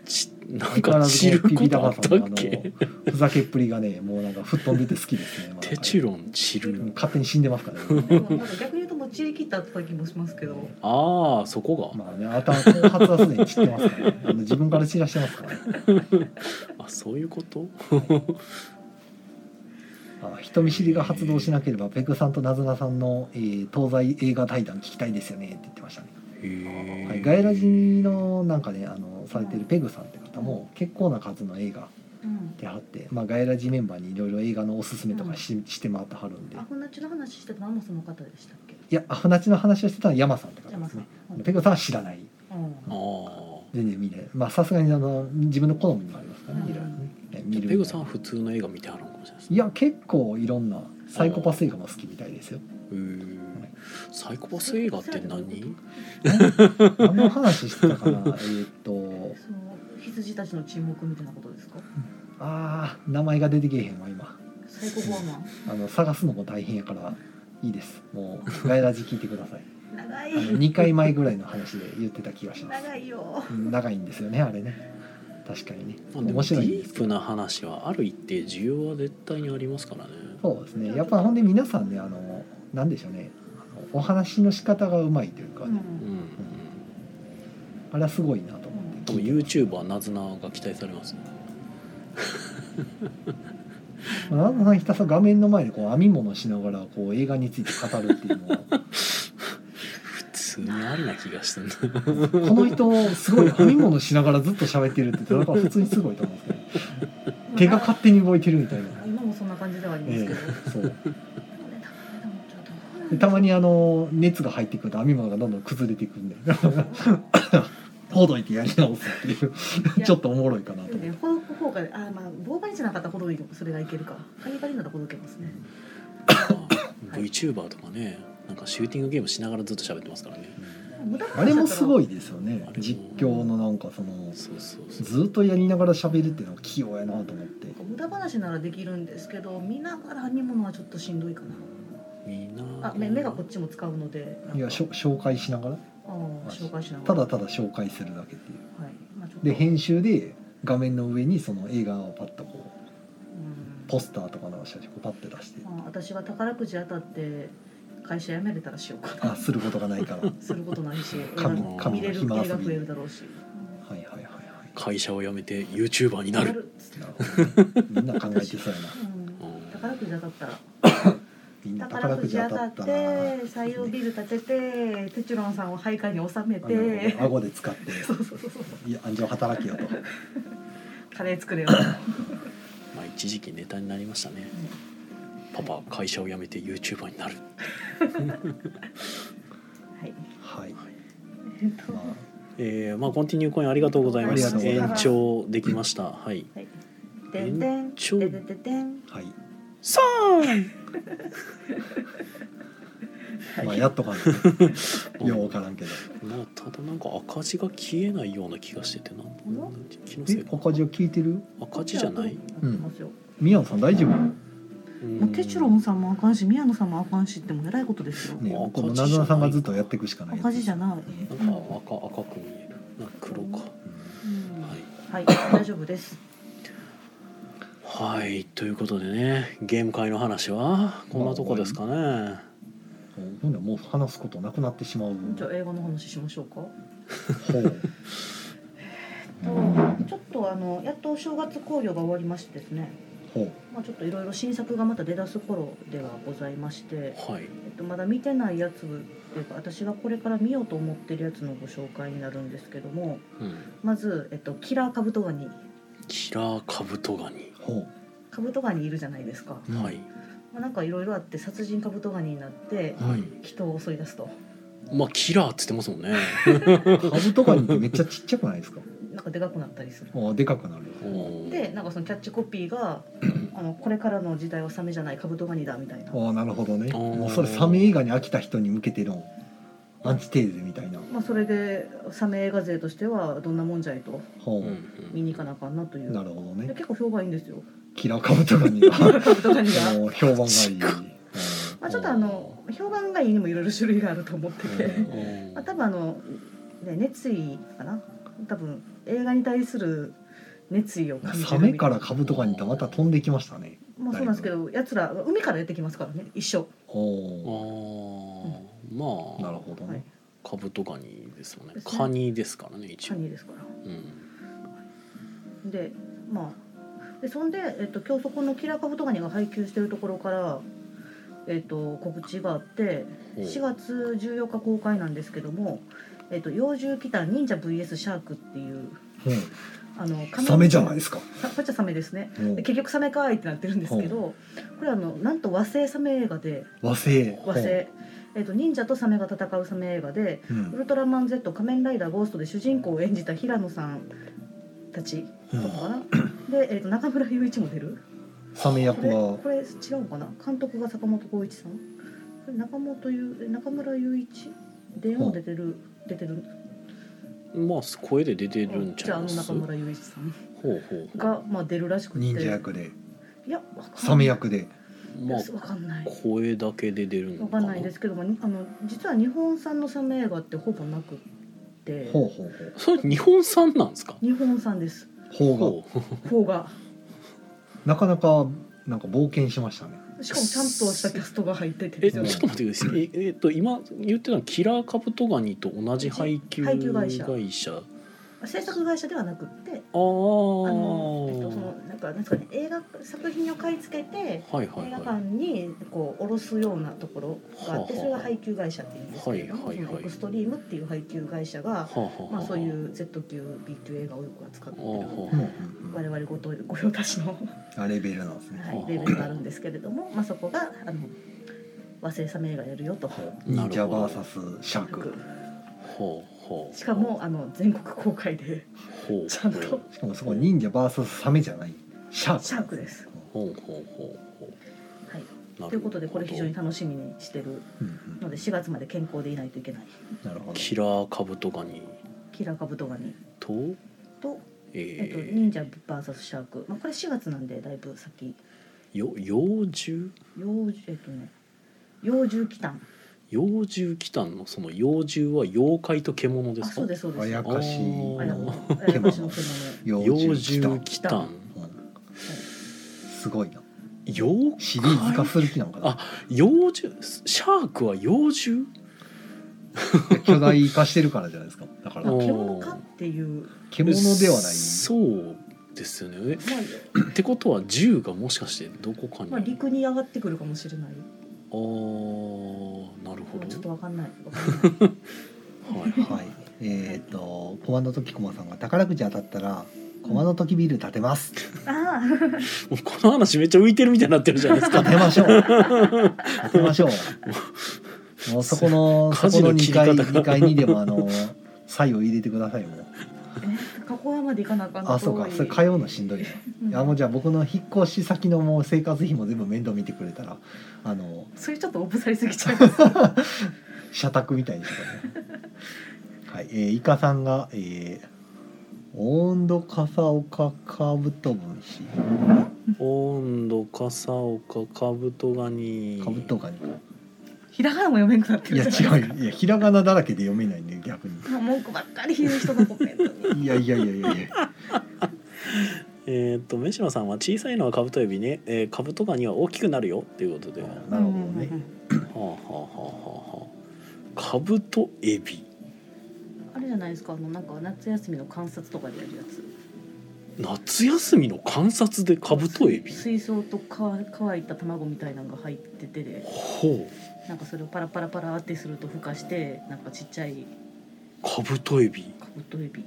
[SPEAKER 1] ちなんか散る
[SPEAKER 2] 相
[SPEAKER 1] こ
[SPEAKER 2] 変
[SPEAKER 1] とあ
[SPEAKER 2] わ
[SPEAKER 1] っ
[SPEAKER 2] らずね
[SPEAKER 1] たっ
[SPEAKER 2] ピピ
[SPEAKER 1] け？
[SPEAKER 2] タパさんのあのふざけっぷりがねもうなんか吹っ飛んでて好きですね、まあ
[SPEAKER 1] テチロン散
[SPEAKER 2] う
[SPEAKER 1] る。
[SPEAKER 2] ん勝手に死んでますからね
[SPEAKER 3] でもなんか逆に言うともう散り切った後だ気もしますけど
[SPEAKER 1] ああそこが。
[SPEAKER 2] まあね、頭後発はすでに散ってますから、ね、あの自分から散らしてますから、ね、
[SPEAKER 1] あそういうこと？
[SPEAKER 2] あ人見知りが発動しなければペグさんとなずなさんの、えー東西映画対談聞きたいですよねって言ってましたね、
[SPEAKER 1] へ
[SPEAKER 2] はい、
[SPEAKER 1] え。
[SPEAKER 2] ガイラジのなんかねあのされてるペグさんって方も結構な数の映画
[SPEAKER 3] うん
[SPEAKER 2] であって、まあ、ガイラジメンバーにいろいろ映画のおすすめとかし,、して回ってはるんで
[SPEAKER 3] アフナチの話してたのはもうその方でしたっけ
[SPEAKER 2] いやアフナチの話をしてたのは山さんって
[SPEAKER 3] じゃ
[SPEAKER 2] 方
[SPEAKER 3] あ
[SPEAKER 2] で
[SPEAKER 3] まあ
[SPEAKER 2] す
[SPEAKER 3] さん
[SPEAKER 2] ねペグさんは知らない
[SPEAKER 3] うん
[SPEAKER 1] ああ。
[SPEAKER 2] 全然見ないまあさすがにあの自分の好みもありますからね
[SPEAKER 3] うん
[SPEAKER 2] いろいろねね見
[SPEAKER 1] じゃ
[SPEAKER 2] る
[SPEAKER 1] あペグさんは普通の映画見てはるのかもしれないですね。
[SPEAKER 2] いや結構いろんなサイコパス映画も好きみたいですよ。
[SPEAKER 1] へーサイコパス映画って何？
[SPEAKER 2] 何の話してたかなえーっと
[SPEAKER 3] その羊たちの沈黙みたいなことですか
[SPEAKER 2] あー名前が出てけえへんわ今
[SPEAKER 3] サイコフォーマ
[SPEAKER 2] あの探すのも大変やからいいですもうガイラジ聞いてください
[SPEAKER 3] ン長
[SPEAKER 2] あの
[SPEAKER 3] い
[SPEAKER 2] 2回前ぐらいの話で言ってた気がします
[SPEAKER 3] 長いよ
[SPEAKER 2] うん長いんですよねあれね確かにね
[SPEAKER 1] まあでも
[SPEAKER 2] 面白いん
[SPEAKER 1] デ
[SPEAKER 2] で
[SPEAKER 1] ィ
[SPEAKER 2] す
[SPEAKER 1] ー
[SPEAKER 2] けど
[SPEAKER 1] プな話はある一定需要は絶対にありますからね。
[SPEAKER 2] そうですねやっぱほんで皆さんねあのなんでしょうねあのお話の仕方がうまいというか
[SPEAKER 3] う
[SPEAKER 2] ね、
[SPEAKER 1] うん
[SPEAKER 3] ん
[SPEAKER 2] あれはすごいなと思って
[SPEAKER 1] 多分 YouTuber なずなが期待されますね
[SPEAKER 2] まあ、なんかひたすら画面の前でこう編み物しながらこう映画について語るっていうのは
[SPEAKER 1] 普通にありな気がしてんな
[SPEAKER 2] この人すごい編み物しながらずっと喋ってるってなんか普通にすごいと思うんですけど手が勝手に動いてるみたいな、
[SPEAKER 3] 今もそんな感じではあります
[SPEAKER 2] え
[SPEAKER 3] けど、
[SPEAKER 2] えそう
[SPEAKER 3] でもね多分
[SPEAKER 2] で
[SPEAKER 3] ね
[SPEAKER 2] たまにあの熱が入ってくると編み物がどんどん崩れていくんで ほどいてやり直すっていう
[SPEAKER 3] いや
[SPEAKER 2] ちょっとおもろいかなと思っ
[SPEAKER 3] でもね
[SPEAKER 2] て。
[SPEAKER 3] ほどく方があまあ棒針じゃなかったらほどいてもそれがいけるかカニカニならほどけますね
[SPEAKER 1] まあ VTuber とかねなんかシューティングゲームしながらずっと喋ってますからね
[SPEAKER 3] 無駄な話
[SPEAKER 2] あれも
[SPEAKER 3] だったら
[SPEAKER 2] すごいですよね
[SPEAKER 1] あれも
[SPEAKER 2] 実況のなんかその
[SPEAKER 1] そうそうそう
[SPEAKER 2] ずっとやりながら喋るっていうのは器用やなと思って
[SPEAKER 3] 無駄話ならできるんですけど見ながら編み物はちょっとしんどいか
[SPEAKER 1] みんな
[SPEAKER 3] なあ目目がこっちも使うので
[SPEAKER 2] いやしょ紹介しながら
[SPEAKER 3] あー紹介しなが
[SPEAKER 2] た
[SPEAKER 3] ら
[SPEAKER 2] だただ紹介するだけっていう
[SPEAKER 3] はいまあちょっと
[SPEAKER 2] で編集で画面の上にその映画をパッとこう
[SPEAKER 3] うん
[SPEAKER 2] ポスターとかの写真をパッて出して
[SPEAKER 3] まあ私は宝くじ当たって会社辞めれたらしようか
[SPEAKER 2] あ
[SPEAKER 3] な
[SPEAKER 2] することがない からはい
[SPEAKER 3] することないし映画
[SPEAKER 2] 神
[SPEAKER 1] の
[SPEAKER 3] 見れる映
[SPEAKER 2] 神の
[SPEAKER 3] 画
[SPEAKER 2] 暇遊び
[SPEAKER 3] 増えるだろうし
[SPEAKER 2] はいはいは
[SPEAKER 1] 会社を辞めて YouTuber になる、
[SPEAKER 3] っつって
[SPEAKER 2] いなるほどねみんな考えてそうやな
[SPEAKER 3] うん宝くじ当たったら
[SPEAKER 2] みんな
[SPEAKER 3] 宝
[SPEAKER 2] 宝
[SPEAKER 3] く
[SPEAKER 2] く
[SPEAKER 3] じ
[SPEAKER 2] じ当
[SPEAKER 3] 当た
[SPEAKER 2] た
[SPEAKER 3] っ
[SPEAKER 2] ってたな
[SPEAKER 3] 採用ビル立ててテチロンさんを配下に収め
[SPEAKER 2] あの
[SPEAKER 3] て
[SPEAKER 2] 顎で使って
[SPEAKER 3] そうそうそうそう
[SPEAKER 2] いや安城働きよと
[SPEAKER 3] カレ ー作れよう
[SPEAKER 1] まあ、一時期ネタになりましたね
[SPEAKER 3] ん
[SPEAKER 1] パパ会社を辞めて YouTuber になる
[SPEAKER 3] はい
[SPEAKER 2] はい
[SPEAKER 3] えっと
[SPEAKER 2] ま
[SPEAKER 3] は
[SPEAKER 1] えー、まあコンティニューコインありがとうございま
[SPEAKER 2] ありが
[SPEAKER 1] す
[SPEAKER 2] とうござい
[SPEAKER 1] 延
[SPEAKER 2] ます
[SPEAKER 1] 長できましたはい
[SPEAKER 3] いでんでん
[SPEAKER 1] ちょ
[SPEAKER 3] ででででん
[SPEAKER 2] あはい
[SPEAKER 1] さ
[SPEAKER 2] まあやっとかん とようわからんけど
[SPEAKER 1] あまあただなんか赤字が消えないような気がしててな
[SPEAKER 3] うん
[SPEAKER 1] 気のせ
[SPEAKER 2] え
[SPEAKER 1] いか
[SPEAKER 2] 赤字を聞いてる
[SPEAKER 1] 赤字じゃない
[SPEAKER 3] うんますよ
[SPEAKER 2] 宮野さん大丈夫
[SPEAKER 3] もうテチロンさんもあかんし宮野さんもあかんしってもうえらいことですよ
[SPEAKER 2] ね
[SPEAKER 1] もう
[SPEAKER 2] この
[SPEAKER 1] 赤字じゃな
[SPEAKER 2] ないずなさんがずっとやっていくしかないやつ
[SPEAKER 3] 赤字じゃない
[SPEAKER 1] なんか赤赤く見える。なんか黒か。
[SPEAKER 2] う
[SPEAKER 3] うん
[SPEAKER 1] は
[SPEAKER 3] はい大丈夫です
[SPEAKER 1] い。はい、ということでね、ゲーム会の話はこんなとこですかね。
[SPEAKER 2] んほんならもう話すことなくなってしまう
[SPEAKER 3] じゃあ英語の話しましょうか
[SPEAKER 2] ほう
[SPEAKER 3] とちょっとあのやっとお正月考慮が終わりましてですね
[SPEAKER 2] ほう
[SPEAKER 3] まあ、ちょっといろいろ新作がまた出だす頃ではございまして、
[SPEAKER 1] はい。
[SPEAKER 3] えっと、まだ見てないやつというか私がこれから見ようと思ってるやつのご紹介になるんですけども
[SPEAKER 1] うん。
[SPEAKER 3] まず、えっと、キラーカブトガニ
[SPEAKER 1] キラーカブトガニ。
[SPEAKER 2] ほう
[SPEAKER 3] カブトガニいるじゃないですか
[SPEAKER 2] うん
[SPEAKER 1] はい。
[SPEAKER 3] まあなんかいろいろあって殺人カブトガニになって
[SPEAKER 1] はい
[SPEAKER 3] 人を襲い出すと
[SPEAKER 1] まあキラーっつってますもんね
[SPEAKER 2] カブトガニってめっちゃちっちゃくないですか
[SPEAKER 3] なんかでかくなったりする
[SPEAKER 2] あーでかくなる
[SPEAKER 1] うん
[SPEAKER 3] でなんかそのキャッチコピーがあのこれからの時代はサメじゃないカブトガニだみたいな
[SPEAKER 2] ああなるほどね
[SPEAKER 1] あー
[SPEAKER 2] もうそれサメ映画に飽きた人に向けてのアンチテーゼみたいな、
[SPEAKER 3] まあそれでサメ映画勢としてはどんなもんじゃいと
[SPEAKER 2] ほう
[SPEAKER 1] うん
[SPEAKER 3] 見に行かなあかんなという
[SPEAKER 2] なるほど
[SPEAKER 3] で
[SPEAKER 2] ね
[SPEAKER 3] 結構評判いいんですよ
[SPEAKER 2] キラーカブトガニがも
[SPEAKER 3] カブトガニが。
[SPEAKER 2] う評判がいい、
[SPEAKER 3] まあ、ちょっとあの評判がいいにもいろいろ種類があると思ってて、
[SPEAKER 2] う
[SPEAKER 1] う
[SPEAKER 2] ん
[SPEAKER 1] ん
[SPEAKER 3] まあ、多分あの、ね、熱意かな多分映画に対する熱意を
[SPEAKER 2] うん
[SPEAKER 3] 感じる
[SPEAKER 2] サメからカブトガニとまた飛んできましたね
[SPEAKER 3] まあそうなんですけどやつら海からやってきますからね一緒
[SPEAKER 1] あ
[SPEAKER 2] おお
[SPEAKER 1] ー
[SPEAKER 2] な
[SPEAKER 1] ま
[SPEAKER 2] る
[SPEAKER 1] あ
[SPEAKER 2] ほど
[SPEAKER 3] はい
[SPEAKER 2] ね、
[SPEAKER 1] カブトガニですもんね
[SPEAKER 3] ですね
[SPEAKER 1] カニですからね一
[SPEAKER 3] シャ
[SPEAKER 1] 応、
[SPEAKER 3] ニーですから
[SPEAKER 1] うん、
[SPEAKER 3] でまあでそんで、えっと、今日そこのキラカブトガニが配給してるところから、えっと、告知があって
[SPEAKER 1] ほう
[SPEAKER 3] 4月14日公開なんですけども「えっと、幼獣来た忍者 VS シャーク」っていう
[SPEAKER 2] うん
[SPEAKER 3] あの仮面
[SPEAKER 2] サメじゃないですか
[SPEAKER 3] さこっちはサメですね
[SPEAKER 2] もう
[SPEAKER 3] で結局サメかーいってなってるんですけどこれあのなんと和製サメ映画で
[SPEAKER 2] 和製
[SPEAKER 3] 和製、えっと忍者とサメが戦うサメ映画で
[SPEAKER 2] う
[SPEAKER 3] 「ウ
[SPEAKER 2] ん
[SPEAKER 3] ルトラマン Z 仮面ライダーゴースト」で主人公を演じた平野さんたち
[SPEAKER 2] う
[SPEAKER 3] と
[SPEAKER 2] ん
[SPEAKER 3] かなで、えっと中村雄一も出る
[SPEAKER 2] サメ
[SPEAKER 3] こ
[SPEAKER 2] 役は
[SPEAKER 3] れこれ違うのかな監督が坂本浩一さんこれ中本雄え中村雄一でも出てる出てる
[SPEAKER 1] まあ声で出てるんち
[SPEAKER 3] じゃ
[SPEAKER 1] ゃ
[SPEAKER 3] あ
[SPEAKER 1] い
[SPEAKER 3] あ
[SPEAKER 1] ま
[SPEAKER 3] の
[SPEAKER 1] す
[SPEAKER 3] 中村雄一さん
[SPEAKER 1] ほうほうほう
[SPEAKER 3] が、まあ、出るらしくて
[SPEAKER 2] 忍者役で
[SPEAKER 3] いやわかんない
[SPEAKER 2] サメ役で
[SPEAKER 1] まあ
[SPEAKER 3] わかんない
[SPEAKER 1] 声だけで出るの
[SPEAKER 3] わ
[SPEAKER 1] か
[SPEAKER 3] か
[SPEAKER 1] なん
[SPEAKER 3] ないですけどもにあの実は日本産のサメ映画ってほぼなくって
[SPEAKER 2] ほうほう
[SPEAKER 1] それ日本産なんですか
[SPEAKER 3] 日本産です
[SPEAKER 2] ほうほうが
[SPEAKER 1] ほう
[SPEAKER 3] 方が
[SPEAKER 2] なかなかなんか冒険しましたね
[SPEAKER 3] しかもちゃんとしたキャストが入ってて
[SPEAKER 1] えちょっと待ってくださいええっと今言ってたのキラーカブトガニと同じ配給
[SPEAKER 3] 配給会社
[SPEAKER 1] 会社あ
[SPEAKER 3] 制作会社ではなくって
[SPEAKER 1] あ
[SPEAKER 3] あの、えっと、その
[SPEAKER 1] は
[SPEAKER 3] なんかなんですかね映画作品を買い付けて
[SPEAKER 1] いはい
[SPEAKER 3] 映画
[SPEAKER 1] は
[SPEAKER 3] 館
[SPEAKER 1] い
[SPEAKER 3] にこう卸すようなところがあって
[SPEAKER 1] はあはあ
[SPEAKER 3] それが配給会社っていうんですけれども
[SPEAKER 1] はいは
[SPEAKER 3] そ
[SPEAKER 1] いはい
[SPEAKER 3] のエクストリームっていう配給会社が
[SPEAKER 1] はあはあはあ
[SPEAKER 3] まあそういう Z 級 B 級映画をよく扱ってる
[SPEAKER 1] はあ
[SPEAKER 2] うんう
[SPEAKER 1] は
[SPEAKER 2] ん
[SPEAKER 3] 我々ごと御用達の
[SPEAKER 2] うんあレベルなんですね
[SPEAKER 3] はい、レベルがあるんですけれども、まあ、そこがあの和製サメ映画やるよと。
[SPEAKER 2] 忍者 VS シャーク
[SPEAKER 1] ほうほう
[SPEAKER 3] しかもあの全国公開で
[SPEAKER 1] ほう
[SPEAKER 3] ちゃんと
[SPEAKER 1] ほう
[SPEAKER 2] しかもそこ忍者 VS サメじゃないシャーク
[SPEAKER 3] シャークです。
[SPEAKER 1] ほうほうほうほ
[SPEAKER 3] はい、
[SPEAKER 1] うなるほど
[SPEAKER 3] ということでこれ非常に楽しみにしてる
[SPEAKER 2] うんうん
[SPEAKER 3] ので4月まで健康でいないといけない
[SPEAKER 2] なるほど
[SPEAKER 1] キラーカブトガニ
[SPEAKER 3] キラーカブトガニ
[SPEAKER 1] と
[SPEAKER 3] と、えっと、
[SPEAKER 1] えー
[SPEAKER 3] 忍者 VS シャーク、まあ、これ4月なんでだいぶ先
[SPEAKER 1] よ幼獣
[SPEAKER 3] 幼獣えっとね幼獣忌憚
[SPEAKER 1] 幼獣来たのその幼獣は妖怪と獣で
[SPEAKER 3] あ
[SPEAKER 1] すか
[SPEAKER 3] そうですそうです
[SPEAKER 2] あや
[SPEAKER 3] あ
[SPEAKER 2] かし
[SPEAKER 1] おー
[SPEAKER 3] や
[SPEAKER 1] か
[SPEAKER 3] あやかしの獣
[SPEAKER 1] 幼獣
[SPEAKER 2] 幼獣
[SPEAKER 1] 来
[SPEAKER 2] 来
[SPEAKER 1] たん
[SPEAKER 2] たうんすごいな
[SPEAKER 1] 妖
[SPEAKER 2] シリーズ化する気なのか
[SPEAKER 1] あ
[SPEAKER 2] な
[SPEAKER 1] 幼獣シャークは幼獣
[SPEAKER 2] 巨大化してるからじゃないですかだか
[SPEAKER 3] あ
[SPEAKER 2] ら
[SPEAKER 1] おー
[SPEAKER 3] 獣かっていう、ま
[SPEAKER 2] 獣ではない
[SPEAKER 1] そうですよね
[SPEAKER 3] あ
[SPEAKER 1] えってことは銃がもしかしてどこかに、
[SPEAKER 3] まあ、陸に上がってくるかもしれない
[SPEAKER 1] あーなるほ
[SPEAKER 3] もうちょっと
[SPEAKER 1] ど
[SPEAKER 3] わかんない。わかんない
[SPEAKER 1] はい
[SPEAKER 2] はいえっとコマンド時駒さんが宝くじ当たったらコマンド時ビール立てます
[SPEAKER 3] あ
[SPEAKER 1] もうこの話めっちゃ浮いてるみたいになってるじゃないです
[SPEAKER 2] 立
[SPEAKER 1] か
[SPEAKER 2] てましょう立てましょうもうそこの
[SPEAKER 1] 火
[SPEAKER 2] そ
[SPEAKER 1] 事
[SPEAKER 2] こ
[SPEAKER 1] の
[SPEAKER 2] の
[SPEAKER 1] 切り
[SPEAKER 2] 2
[SPEAKER 1] 方が
[SPEAKER 2] 階二階にでもあの菜を入れてくださいもう
[SPEAKER 3] あ、え加古山まで行かなあかん
[SPEAKER 2] あそうかそれ通うのしんどいな
[SPEAKER 3] うん
[SPEAKER 2] いやもうじゃあ僕の引っ越し先のもう生活費も全部面倒見てくれたらあの
[SPEAKER 3] それちょっとおぶさりすぎちゃいます。
[SPEAKER 2] 社宅みたいにしてねはいえー、イカさんが、えー「温度笠岡カブトムシ
[SPEAKER 1] 温度笠岡カブトガニ
[SPEAKER 2] カブトガニ」
[SPEAKER 3] ひらがなも読めんくなって
[SPEAKER 2] い
[SPEAKER 3] る
[SPEAKER 2] や
[SPEAKER 3] じゃないです
[SPEAKER 2] 違ういやひらがなだらけで読めないんで逆に
[SPEAKER 3] か。もう文句ばっかり言う人のコメントに。
[SPEAKER 2] いやいやいやいやいや
[SPEAKER 1] えーっと飯野さんは小さいのはカブトエビね、えー、カブトガニは大きくなるよっていうことで、は
[SPEAKER 2] なるほどね
[SPEAKER 3] うんう
[SPEAKER 1] あ、
[SPEAKER 3] ん
[SPEAKER 1] はあはあはあはあ、カブトエビ
[SPEAKER 3] うんあれじゃないですか。あのなんか夏休みの観察とかでやるやつ。
[SPEAKER 1] 夏休みの観察でカブトエビ
[SPEAKER 3] 水槽とか乾いた卵みたいなのが入っててで、
[SPEAKER 1] ほう
[SPEAKER 3] なんかそれをパラパラパラってすると孵化して、なんかちっちゃい
[SPEAKER 1] カブトエビ
[SPEAKER 3] カブトエビ。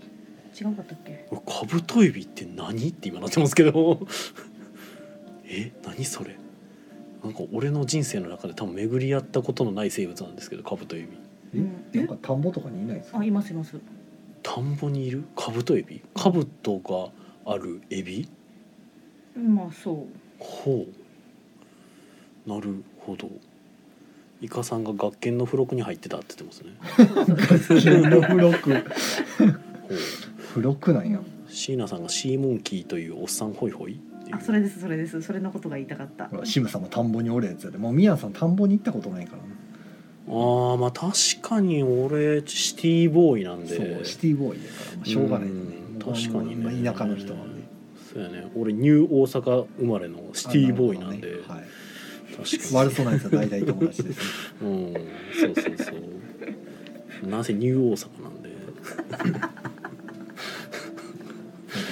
[SPEAKER 3] 違うかったっけ？
[SPEAKER 1] カブトエ ビって何って今なってますけどえ何それなんか俺の人生の中で多分巡り合ったことのない生物なんですけどカブトエビ
[SPEAKER 2] え
[SPEAKER 3] うん
[SPEAKER 2] なんか田んぼとかにいないですか
[SPEAKER 3] あいますいます
[SPEAKER 1] 田んぼにいるカブトエビカブトがあるエビ
[SPEAKER 3] まあそ
[SPEAKER 1] ほうなるほどイカさんが学研の付録に入ってたって言ってますね
[SPEAKER 3] うそうそうそう
[SPEAKER 2] 普通の付 録
[SPEAKER 1] ほう
[SPEAKER 2] 付録なんや
[SPEAKER 1] 椎名さんがシーモンキーというおっさんホイホイっていう
[SPEAKER 3] あそれですそれですそれのことが言いたかった
[SPEAKER 2] ほらシムさんも田んぼにおるやつやでもうミヤさん田んぼに行ったことないからね
[SPEAKER 1] あーまあ確かに俺シティボーイなんで
[SPEAKER 2] そうシティボーイだから、まあしょうがないよね
[SPEAKER 1] うん
[SPEAKER 2] もう
[SPEAKER 1] 確かにね
[SPEAKER 2] まあ田舎の人なんで
[SPEAKER 1] そうやね俺ニュー大阪生まれのシティボーイなんで、
[SPEAKER 2] あなるほどねはい
[SPEAKER 1] 確か
[SPEAKER 2] 悪そうなやつは大体友達ですね
[SPEAKER 1] にうんそうそうそうなんせニュー大阪なんで
[SPEAKER 2] なんか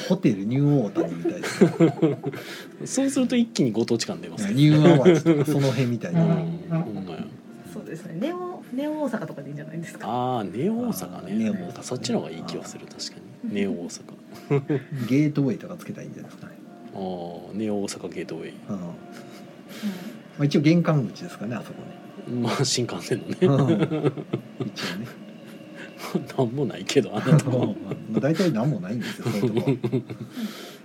[SPEAKER 2] ホテルニューオータニみたいですね
[SPEAKER 1] そうすると一気にご当地感出ますけど
[SPEAKER 2] ニューアワーズとかその辺みたい
[SPEAKER 1] うん
[SPEAKER 2] な
[SPEAKER 1] ほんまや
[SPEAKER 3] そうですねネオネオ大阪とかでいいんじゃないですか
[SPEAKER 1] ああネオ大阪ね
[SPEAKER 2] ネオ大阪
[SPEAKER 1] そっちの方がいい気はする確かにネオ大阪
[SPEAKER 2] ゲートウェイとかつけたらいいんじゃないですかね、
[SPEAKER 1] ああネオ大阪ゲートウェイ
[SPEAKER 2] うんまあ、一応玄関口ですかねあそこ ね
[SPEAKER 1] まあ新幹線のね
[SPEAKER 2] うん一応ね
[SPEAKER 1] なんもないけどあなた
[SPEAKER 2] まあ
[SPEAKER 1] も
[SPEAKER 2] まあ大体何もないんですよそういうとこは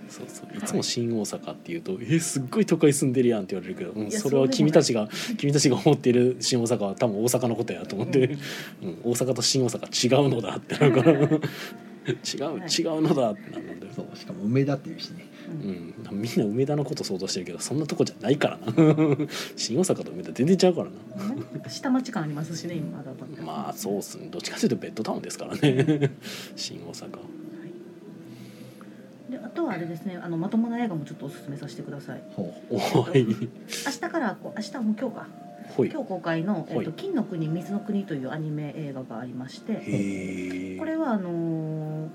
[SPEAKER 1] そうそういつも新大阪っていうと「えすっごい都会住んでるやん」って言われるけど、うん、
[SPEAKER 3] いや
[SPEAKER 1] それは君たちが君たちが思ってる新大阪は多分大阪のことやと思って、うん大阪と新大阪違うのだってなる から違う違うのだってなるんだよ、
[SPEAKER 2] そうしかも梅田っていうしね
[SPEAKER 3] うん
[SPEAKER 1] う
[SPEAKER 3] うん
[SPEAKER 1] ん、みんな梅田のこと想像してるけどそんなとこじゃない からな新大阪と梅田全然ちゃうからな
[SPEAKER 3] 下町感ありますしね今だと
[SPEAKER 1] まあそうっすねどっちかというとベッドタウンですからね新大阪
[SPEAKER 3] であとはあれですねあのまともな映画もちょっとおすすめさせてください
[SPEAKER 2] ほ
[SPEAKER 1] おい
[SPEAKER 3] 明日からこう明日もう今日か
[SPEAKER 1] ほい
[SPEAKER 3] 今日公開の「えっ
[SPEAKER 1] は
[SPEAKER 3] と
[SPEAKER 1] い
[SPEAKER 3] 金の国水の国」というアニメ映画がありまして
[SPEAKER 1] へえ
[SPEAKER 3] これはあのー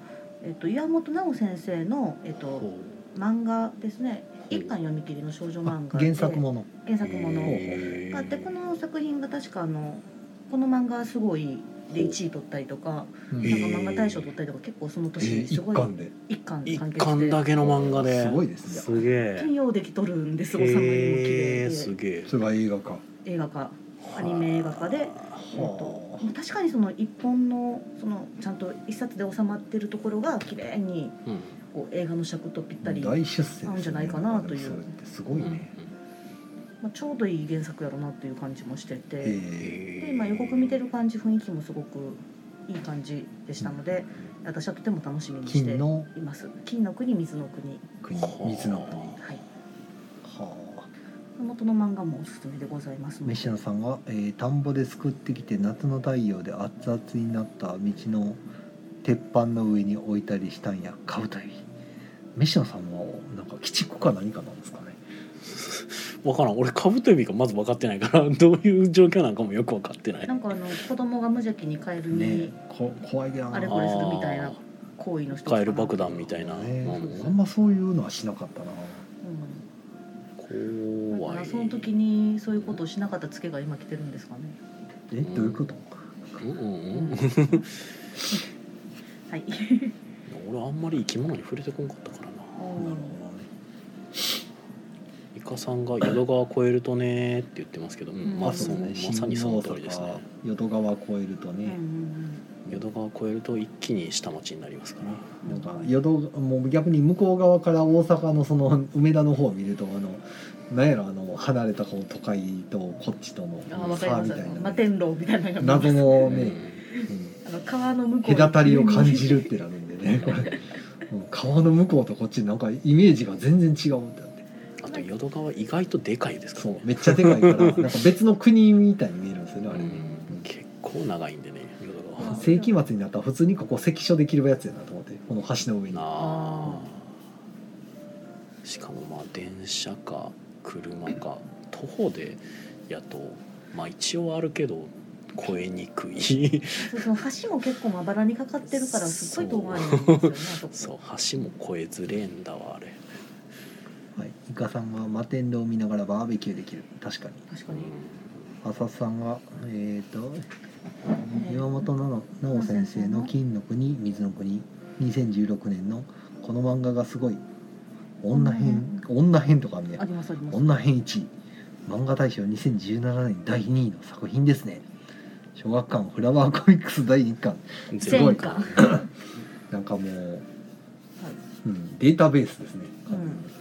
[SPEAKER 3] えっと岩本直先生の、えっと、漫画ですね一巻読み切りの少女
[SPEAKER 2] う
[SPEAKER 3] 漫画
[SPEAKER 2] あ
[SPEAKER 3] で
[SPEAKER 2] 原作もの
[SPEAKER 3] 原作もの
[SPEAKER 1] へー
[SPEAKER 3] があってこの作品が確かあのこの漫画はすごいで
[SPEAKER 1] ほう
[SPEAKER 3] 1位取ったりとか
[SPEAKER 2] うん
[SPEAKER 1] へ
[SPEAKER 3] なん
[SPEAKER 1] ー
[SPEAKER 3] か漫画大賞取ったりとか結構その
[SPEAKER 2] え
[SPEAKER 3] 年
[SPEAKER 2] ー
[SPEAKER 3] にす
[SPEAKER 2] 一
[SPEAKER 3] ごい
[SPEAKER 2] 巻で
[SPEAKER 3] 一巻
[SPEAKER 1] 一
[SPEAKER 3] 完結
[SPEAKER 1] 巻だ
[SPEAKER 3] で
[SPEAKER 1] けの漫画です
[SPEAKER 2] ごいですね
[SPEAKER 1] すげえ
[SPEAKER 3] 金曜できとるんですおさまにも綺
[SPEAKER 1] へ
[SPEAKER 3] 麗
[SPEAKER 1] えす
[SPEAKER 3] で
[SPEAKER 1] げえ
[SPEAKER 2] それが映画化
[SPEAKER 3] 映画化アニメ映画化でえっと確かにその一本のそのちゃんと一冊で収まってるところが綺麗に
[SPEAKER 1] うん
[SPEAKER 3] こう映画の尺とぴったり、ま
[SPEAKER 2] 大出世ですね
[SPEAKER 3] 合うんじゃないかなという
[SPEAKER 2] なんかでもそれってすごいね、
[SPEAKER 3] あ、ちょうどいい原作やろなっていう感じもしてて、
[SPEAKER 2] え
[SPEAKER 3] で今予告見てる感じ雰囲気もすごくいい感じでしたので、私はとても楽しみ
[SPEAKER 2] ー
[SPEAKER 3] にして
[SPEAKER 2] 金の
[SPEAKER 3] います金の国水の国
[SPEAKER 2] 国
[SPEAKER 1] はあ
[SPEAKER 2] 水の国は
[SPEAKER 3] はい
[SPEAKER 2] あ
[SPEAKER 3] 元の漫画もおすすめでございますので
[SPEAKER 2] 飯野さんは、えー田んぼですくってきて夏の太陽で熱々になった道の鉄板の上に置いたりしたんや買うたび飯野さんはなんか鬼畜か何かなんですかね
[SPEAKER 1] わからん俺カブトエビがまず分かってないから どういう状況なんかもよく分かってない
[SPEAKER 3] なんかあの子供が無邪気にカエル
[SPEAKER 2] ね
[SPEAKER 3] に
[SPEAKER 2] こ怖いやな
[SPEAKER 3] あれ
[SPEAKER 1] あ
[SPEAKER 3] これするみたいな
[SPEAKER 1] ー
[SPEAKER 3] 行為の一つかな
[SPEAKER 1] カエル爆弾みたいな、
[SPEAKER 2] ね
[SPEAKER 1] うん
[SPEAKER 2] あんまそういうのはしなかったな
[SPEAKER 3] うん、だ
[SPEAKER 1] 怖
[SPEAKER 3] から
[SPEAKER 1] い
[SPEAKER 3] その時にそういうことをしなかったツケが今来てるんですかね
[SPEAKER 2] えどういうこと、
[SPEAKER 1] うんうんうん
[SPEAKER 3] はい
[SPEAKER 1] 俺あんまり生き物に触れてこんかったからな
[SPEAKER 2] なる
[SPEAKER 1] イカさんが「淀川越えるとね」って言ってますけど、うん
[SPEAKER 3] うん
[SPEAKER 2] ほどね
[SPEAKER 1] ま
[SPEAKER 2] あ
[SPEAKER 1] あそうま
[SPEAKER 2] 新
[SPEAKER 1] さにその
[SPEAKER 2] 大
[SPEAKER 1] 通りです
[SPEAKER 2] 阪
[SPEAKER 1] ね
[SPEAKER 2] 淀川越えると
[SPEAKER 3] うんう
[SPEAKER 2] ね、
[SPEAKER 3] ん
[SPEAKER 1] 淀川越えると一気に下町になりますから、
[SPEAKER 2] なんか淀もう逆に向こう側から大阪のその梅田の方を見るとあのなんやろあの離れたこう都会とこっちとの
[SPEAKER 3] うんあわかりま
[SPEAKER 2] 差
[SPEAKER 3] す
[SPEAKER 2] みたいな
[SPEAKER 3] 摩天楼みたいなのが見え
[SPEAKER 2] 謎
[SPEAKER 3] ます
[SPEAKER 2] の
[SPEAKER 1] う
[SPEAKER 2] ね、
[SPEAKER 1] ん
[SPEAKER 2] う、
[SPEAKER 3] あの川の向こうん
[SPEAKER 2] 隔たりを感じるってなるんでねこれ、うん川の向こうとこっちなんかイメージが全然違うんだって
[SPEAKER 1] あと淀川意外とでかいですか
[SPEAKER 2] そ
[SPEAKER 1] ら
[SPEAKER 2] う
[SPEAKER 1] ね
[SPEAKER 2] めっちゃでかい からなんか別の国みたいに見えるんですよねあれ
[SPEAKER 1] う
[SPEAKER 2] ね、
[SPEAKER 1] ん結構長いんでね淀川
[SPEAKER 2] 世紀末になったら普通にここ関所できるやつやなと思ってこの橋の上に
[SPEAKER 1] な
[SPEAKER 2] あ
[SPEAKER 1] あしかもまあ電車か車か徒歩でやとまあ一応あるけど越えにくい
[SPEAKER 3] そうその橋も結構まばらにかかってるからすっごい遠回りなんですよね
[SPEAKER 1] そう橋も越えづれえんだわあれ、
[SPEAKER 2] はい、イカさんは摩天楼を見ながらバーベキューできる確かに
[SPEAKER 3] あそこ確か
[SPEAKER 1] う
[SPEAKER 3] に
[SPEAKER 1] ん
[SPEAKER 2] 浅さんはえっ、と岩本奈々奈緒先生の「金の国水の国」2016年のこの漫画がすごい女編女編とかあるね
[SPEAKER 3] ありますあります
[SPEAKER 2] 女編1位漫画大賞2017年第2位の作品ですね小学館フラワーコミックス第1巻すご
[SPEAKER 1] 全
[SPEAKER 2] い
[SPEAKER 3] 前科
[SPEAKER 2] なんかもう、うん、データベースですね、
[SPEAKER 3] うん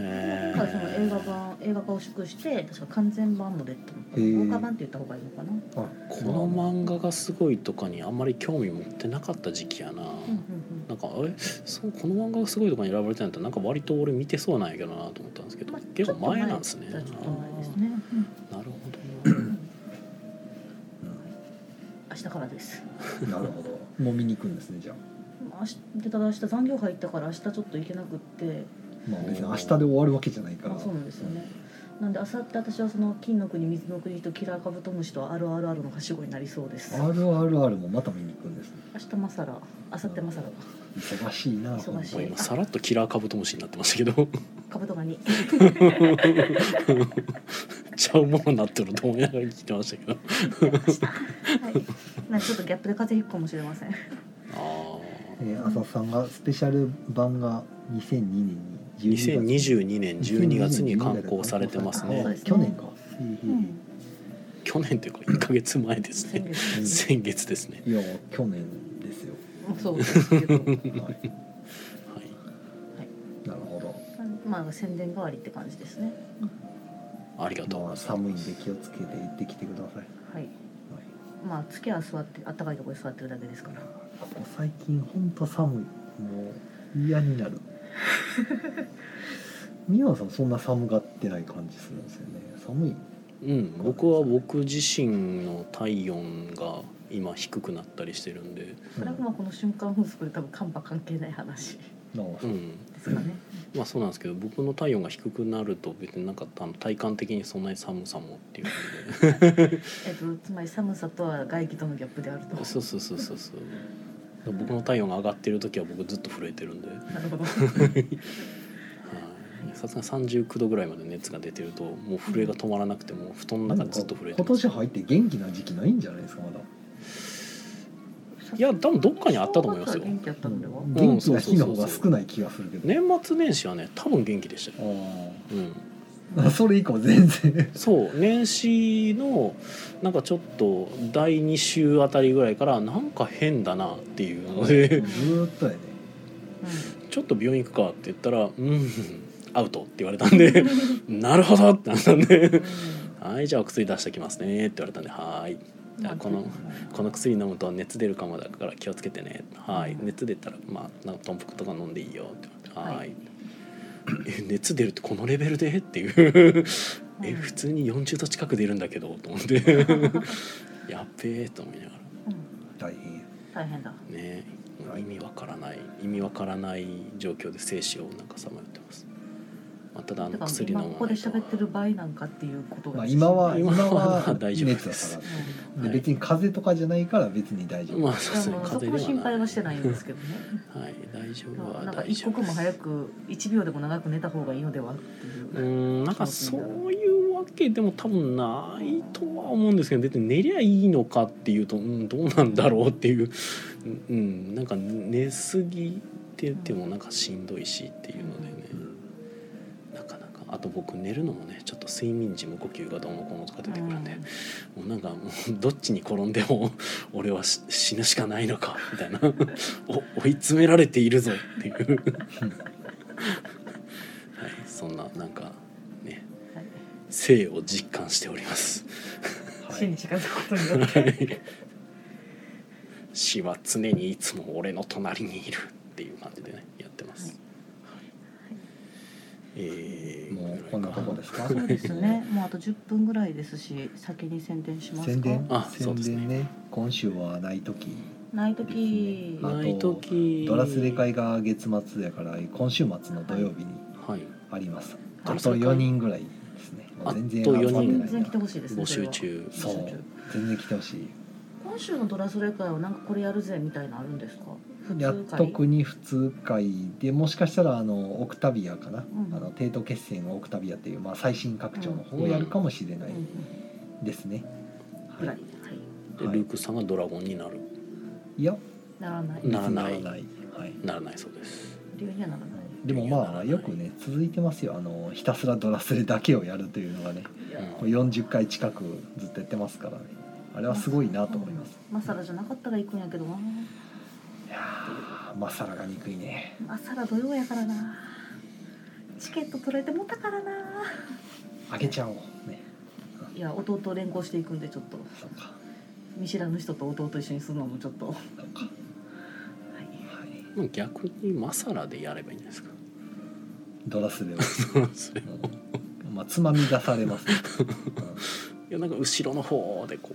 [SPEAKER 1] え
[SPEAKER 3] なんかその映画版映画化を縮して確か完全版も出てたのか
[SPEAKER 2] へー
[SPEAKER 3] な豪華版って言った方がいいのかな、うん
[SPEAKER 2] あ
[SPEAKER 1] この漫画がすごいとかにあんまり興味持ってなかった時期やな、
[SPEAKER 3] うん
[SPEAKER 1] なんかあれそうこの漫画がすごいとかに選ばれてないとなんか割と俺見てそうなんやけどなと思ったんですけ
[SPEAKER 3] うん
[SPEAKER 1] ど、
[SPEAKER 3] まあ
[SPEAKER 1] 結構前なんですね
[SPEAKER 3] ちょっと前ですね、
[SPEAKER 1] あーなるほ
[SPEAKER 3] う、
[SPEAKER 1] どなん
[SPEAKER 2] う
[SPEAKER 3] 明日からです
[SPEAKER 2] んなるほど もう見に行くんですねじゃあ
[SPEAKER 3] 明日でただ明日残業入ったから明日ちょっと行けなくって
[SPEAKER 2] まあ別に明日で終わるわけじゃないから
[SPEAKER 3] まあ、そうなんですよね、なんで明後日私はその金の国水の国とキラーカブトムシと RRR のはしごになりそうです明
[SPEAKER 2] RRR もまた見に行くんですね
[SPEAKER 3] 日マサラ明後日マサラ
[SPEAKER 2] 忙しいな
[SPEAKER 3] 忙しい
[SPEAKER 1] もう今さらっとキラーカブトムシになってましたけど
[SPEAKER 3] カブトガ ニ
[SPEAKER 1] ちゃうものになってると思いながら聞いてましたけど
[SPEAKER 3] 明日はいなんかちょっとギャップで風邪ひくかもしれません
[SPEAKER 1] あ
[SPEAKER 2] えー浅田さんがスペシャル版が2002年
[SPEAKER 1] あ
[SPEAKER 2] に12月
[SPEAKER 1] 2022年12月に刊行されてます
[SPEAKER 3] あそう
[SPEAKER 1] ね
[SPEAKER 3] ですね
[SPEAKER 2] 去年か、へーへー
[SPEAKER 3] うん
[SPEAKER 1] 去年というか1ヶ月前です
[SPEAKER 3] 先
[SPEAKER 1] ね
[SPEAKER 3] 月
[SPEAKER 1] 先月ですね
[SPEAKER 2] いや去年ですよ、
[SPEAKER 3] もそうです けど
[SPEAKER 2] はい、
[SPEAKER 1] はい
[SPEAKER 2] なるほど
[SPEAKER 3] まあ宣伝代わりって感じですね
[SPEAKER 1] ありがとうご
[SPEAKER 2] まあ
[SPEAKER 1] ざいます
[SPEAKER 2] 寒いんで気をつけて行ってきてください、
[SPEAKER 3] はい
[SPEAKER 2] はい、
[SPEAKER 3] まあ月は座ってあったかいところに座ってるだけですから
[SPEAKER 2] ここ最近ほんと寒いもう嫌になる 宮野さんそんな寒がってない感じするんですよね寒い
[SPEAKER 1] うん、僕は僕自身の体温が今低くなったりしてるんで、
[SPEAKER 3] それはまあこの瞬間風速で多分寒波関係ない話で
[SPEAKER 2] うんなあ
[SPEAKER 1] うん、
[SPEAKER 3] すかね
[SPEAKER 1] まあそうなんですけど僕の体温が低くなると別になんかあの体感的にそんなに寒さもっていう感じで
[SPEAKER 3] えっとつまり寒さとは外気とのギャップであると
[SPEAKER 1] そうそうそうそうそう僕の体温が上がってる時は僕ずっと震えてるんではい
[SPEAKER 3] なるほど
[SPEAKER 1] さすがに39度ぐらいまで熱が出てるともう震えが止まらなくてもう布団の中ずっと震えて
[SPEAKER 2] 今
[SPEAKER 1] ます
[SPEAKER 2] 年入って元気な時期ないんじゃないですかまだ
[SPEAKER 1] いや多分どっかにあったと思いますよ
[SPEAKER 3] 元気あったのでは。
[SPEAKER 1] ん
[SPEAKER 2] 元気な日の方が少ない気がするけど、
[SPEAKER 1] 年末年始はね多分元気でしたよ、うん、
[SPEAKER 2] ああそれ以降全然
[SPEAKER 1] そう年始のなんかちょっと第2週あたりぐらいからなんか変だなっていうの
[SPEAKER 2] ず
[SPEAKER 1] で
[SPEAKER 2] ーっとやね
[SPEAKER 1] ちょっと病院行くかって言ったら「うんアウト」って言われたん で「なるほど」ってなったんで「はいじゃあお薬出してきますね」って言われたんで「はーい」じゃあこのこの薬飲むと熱出るかもだから気をつけてね。はい。熱出たらまあなんかトンプクとか飲んでいいよって言われて。はい。え熱出るってこのレベルでっていう。え普通に40度近く出るんだけどと思 って。やっべえと思いながら
[SPEAKER 2] 大変や
[SPEAKER 3] 大変だ。
[SPEAKER 1] ね。もう意味わからない意味わからない状況で生死をなんかさまよってます。まあ、ただあ
[SPEAKER 3] だ
[SPEAKER 1] の
[SPEAKER 3] から
[SPEAKER 1] 薬飲
[SPEAKER 3] 今
[SPEAKER 1] ま
[SPEAKER 3] こ
[SPEAKER 1] ない
[SPEAKER 3] ことで喋ってる場合なんかっていうことが。
[SPEAKER 2] まあ今は
[SPEAKER 1] 今
[SPEAKER 2] 今
[SPEAKER 1] はまあ
[SPEAKER 2] は
[SPEAKER 1] 大
[SPEAKER 2] 熱
[SPEAKER 1] 丈夫
[SPEAKER 2] や
[SPEAKER 1] で
[SPEAKER 2] か
[SPEAKER 1] す
[SPEAKER 2] ら
[SPEAKER 3] う
[SPEAKER 1] はい
[SPEAKER 2] で別に風邪とかじゃないから別に大丈夫、
[SPEAKER 1] まあそうです
[SPEAKER 3] ん。
[SPEAKER 1] ね
[SPEAKER 3] あのそ
[SPEAKER 1] 風
[SPEAKER 3] この
[SPEAKER 1] 邪
[SPEAKER 3] 心
[SPEAKER 1] では
[SPEAKER 3] 配
[SPEAKER 1] な。
[SPEAKER 3] はいしてないんですけどね。
[SPEAKER 1] はい大丈夫は
[SPEAKER 3] なんか
[SPEAKER 1] 大
[SPEAKER 3] 一
[SPEAKER 1] 丈夫
[SPEAKER 3] 刻
[SPEAKER 1] で
[SPEAKER 3] も
[SPEAKER 1] す
[SPEAKER 3] 早。く一秒でも長く寝た方がいいのではっていうう。
[SPEAKER 1] んなんかそういうわけでも多分ないとは思うんですけど別に寝りゃいいのかっていうと、うん、どうなんだろうっていう、うんうん、なんか寝すぎててもなんかしんどいしっていうのでね、なかなかあと僕寝るのもねちょっと睡眠時無呼吸がどうのこうのとか出てくるんで、
[SPEAKER 3] うん
[SPEAKER 1] もうなんかも うどっちに転んでも 俺はし死ぬしかないのかみたいな お追い詰められているぞっていう、はい、そんななんかね
[SPEAKER 3] はい
[SPEAKER 1] 生を実感しております、
[SPEAKER 2] はい
[SPEAKER 3] 死に近づくこと によっ
[SPEAKER 1] は
[SPEAKER 3] て。
[SPEAKER 1] い、死は常にいつも俺の隣にいるっていう感じでねやってます、はいえー、
[SPEAKER 2] もうこんなとこですか
[SPEAKER 3] そうですね。もうあと10分ぐらいですし、先に宣伝しますか。
[SPEAKER 2] 宣伝
[SPEAKER 1] あそう
[SPEAKER 2] 宣
[SPEAKER 1] ですね
[SPEAKER 2] 伝ね今週はない時
[SPEAKER 3] ないとき。
[SPEAKER 2] あと
[SPEAKER 1] ない時
[SPEAKER 2] ドラスレ会が月末やから今週末の土曜日に
[SPEAKER 1] はい
[SPEAKER 2] あります、
[SPEAKER 3] はい
[SPEAKER 2] あと4人ぐらいですねもう全然
[SPEAKER 1] あと四人
[SPEAKER 2] 集ま
[SPEAKER 3] 全
[SPEAKER 2] ってない
[SPEAKER 3] 然来てほしいですね。
[SPEAKER 1] 募
[SPEAKER 3] それ
[SPEAKER 1] 集
[SPEAKER 3] は
[SPEAKER 1] 中
[SPEAKER 2] そう全然来てほしい
[SPEAKER 3] 今週のドラスレ会はなんかこれやるぜみたいなのあるんですか普
[SPEAKER 2] いや
[SPEAKER 3] 通会
[SPEAKER 2] 特に普通会でもしかしたらあのオクタビアかな、
[SPEAKER 3] ん
[SPEAKER 2] あの帝都決戦オクタビアっていう、まあ、最新拡張の方をやるかもしれない
[SPEAKER 3] うんうん
[SPEAKER 2] ですね、
[SPEAKER 3] ぐら、
[SPEAKER 2] はい
[SPEAKER 3] はいい、
[SPEAKER 1] で
[SPEAKER 2] はい
[SPEAKER 1] ルークさんがドラゴンになる
[SPEAKER 2] いや
[SPEAKER 3] ならない
[SPEAKER 1] ならない
[SPEAKER 2] 別にならないはい
[SPEAKER 1] ならないそうです
[SPEAKER 3] 理由にはならない
[SPEAKER 2] ででも
[SPEAKER 1] なら
[SPEAKER 2] ま
[SPEAKER 1] な
[SPEAKER 2] あ
[SPEAKER 1] い
[SPEAKER 2] よくね続いてますよあのひたすらドラスレだけをやるというのがね
[SPEAKER 3] いや
[SPEAKER 2] こう40回近くずっとやってますからねあれはすごいなと思います
[SPEAKER 3] マサラじゃなかったら行くんやけどない
[SPEAKER 2] やーまあ皿が憎いね
[SPEAKER 3] マサラ土曜やからなチケット取れてもたからな
[SPEAKER 2] あげちゃおうね
[SPEAKER 3] いや弟連行していくんでちょっと
[SPEAKER 2] そうか
[SPEAKER 3] 見知らぬ人と弟一緒にするのもちょっと、は、
[SPEAKER 2] そうかはいい
[SPEAKER 1] まあ逆にマサラでやればいいんじゃない
[SPEAKER 2] ドラス レを、
[SPEAKER 1] ですか
[SPEAKER 2] うんまあつまみ出されます、ね
[SPEAKER 1] いやなんか後ろの方でこ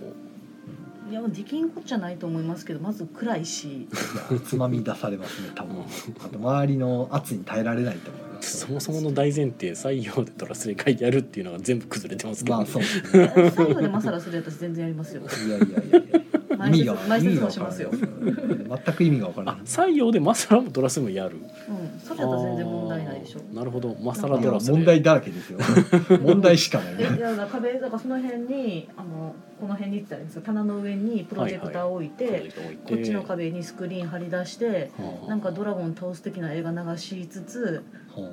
[SPEAKER 1] う
[SPEAKER 3] いやできんこっちゃないと思いますけどまず暗いし
[SPEAKER 2] うんいやつまみ出されますね多
[SPEAKER 1] う
[SPEAKER 2] 分
[SPEAKER 1] ん
[SPEAKER 2] あと周りの圧に耐えられないと思います
[SPEAKER 1] そもそもの大前提採用でドラスレ会やるっていうのが全部崩れてますけど、
[SPEAKER 2] まあ
[SPEAKER 1] ね
[SPEAKER 2] そうですね
[SPEAKER 3] 最後でマサラするやつ全然やりますよ
[SPEAKER 2] いやいやいやいや
[SPEAKER 3] 前
[SPEAKER 2] 意味
[SPEAKER 3] 説
[SPEAKER 2] が
[SPEAKER 3] 前
[SPEAKER 2] 意味
[SPEAKER 3] 説
[SPEAKER 2] が
[SPEAKER 3] も
[SPEAKER 2] わ
[SPEAKER 3] し
[SPEAKER 2] から
[SPEAKER 3] ま
[SPEAKER 2] ない
[SPEAKER 3] す
[SPEAKER 2] で
[SPEAKER 3] よ、う
[SPEAKER 2] すね全く意味がわから
[SPEAKER 1] あ
[SPEAKER 2] ない
[SPEAKER 1] 採用でマサラもドラスレもやる
[SPEAKER 3] ん、それやったら全然問題ないでしょ
[SPEAKER 1] あーなるほどマサラ
[SPEAKER 2] い
[SPEAKER 1] ド
[SPEAKER 2] や
[SPEAKER 1] ラスレ
[SPEAKER 2] 問題だらけですよ問題しかない
[SPEAKER 3] えい
[SPEAKER 2] ね
[SPEAKER 3] やだから壁だからその辺にあのこの辺にって言ったらいいんですよ棚の上にプロジェクターを置いて、こっちの壁にスクリーン張り出してなんかドラゴン倒す的な映画流しつつ
[SPEAKER 2] ほう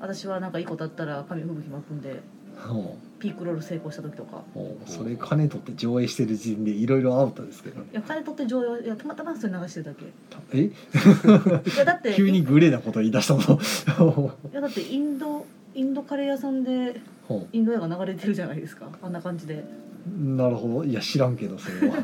[SPEAKER 3] 私はなんか一個だったら紙吹雪巻くんで
[SPEAKER 2] ほ
[SPEAKER 3] ピークロール成功した時とか
[SPEAKER 2] うほうそれ金取って上映してる時点でいろいろアウトですけどね
[SPEAKER 3] いや金取って上映いやたまたまそれ流してるだけ
[SPEAKER 2] たえ
[SPEAKER 3] いやだって
[SPEAKER 2] 急に
[SPEAKER 3] い
[SPEAKER 2] グレーなこと言い出したぞ ほ
[SPEAKER 3] やだってインドインドカレー屋さんで
[SPEAKER 2] う
[SPEAKER 3] インド映画流れてるじゃないですかあんな感じで
[SPEAKER 2] なるほどいや知らんけどそれ は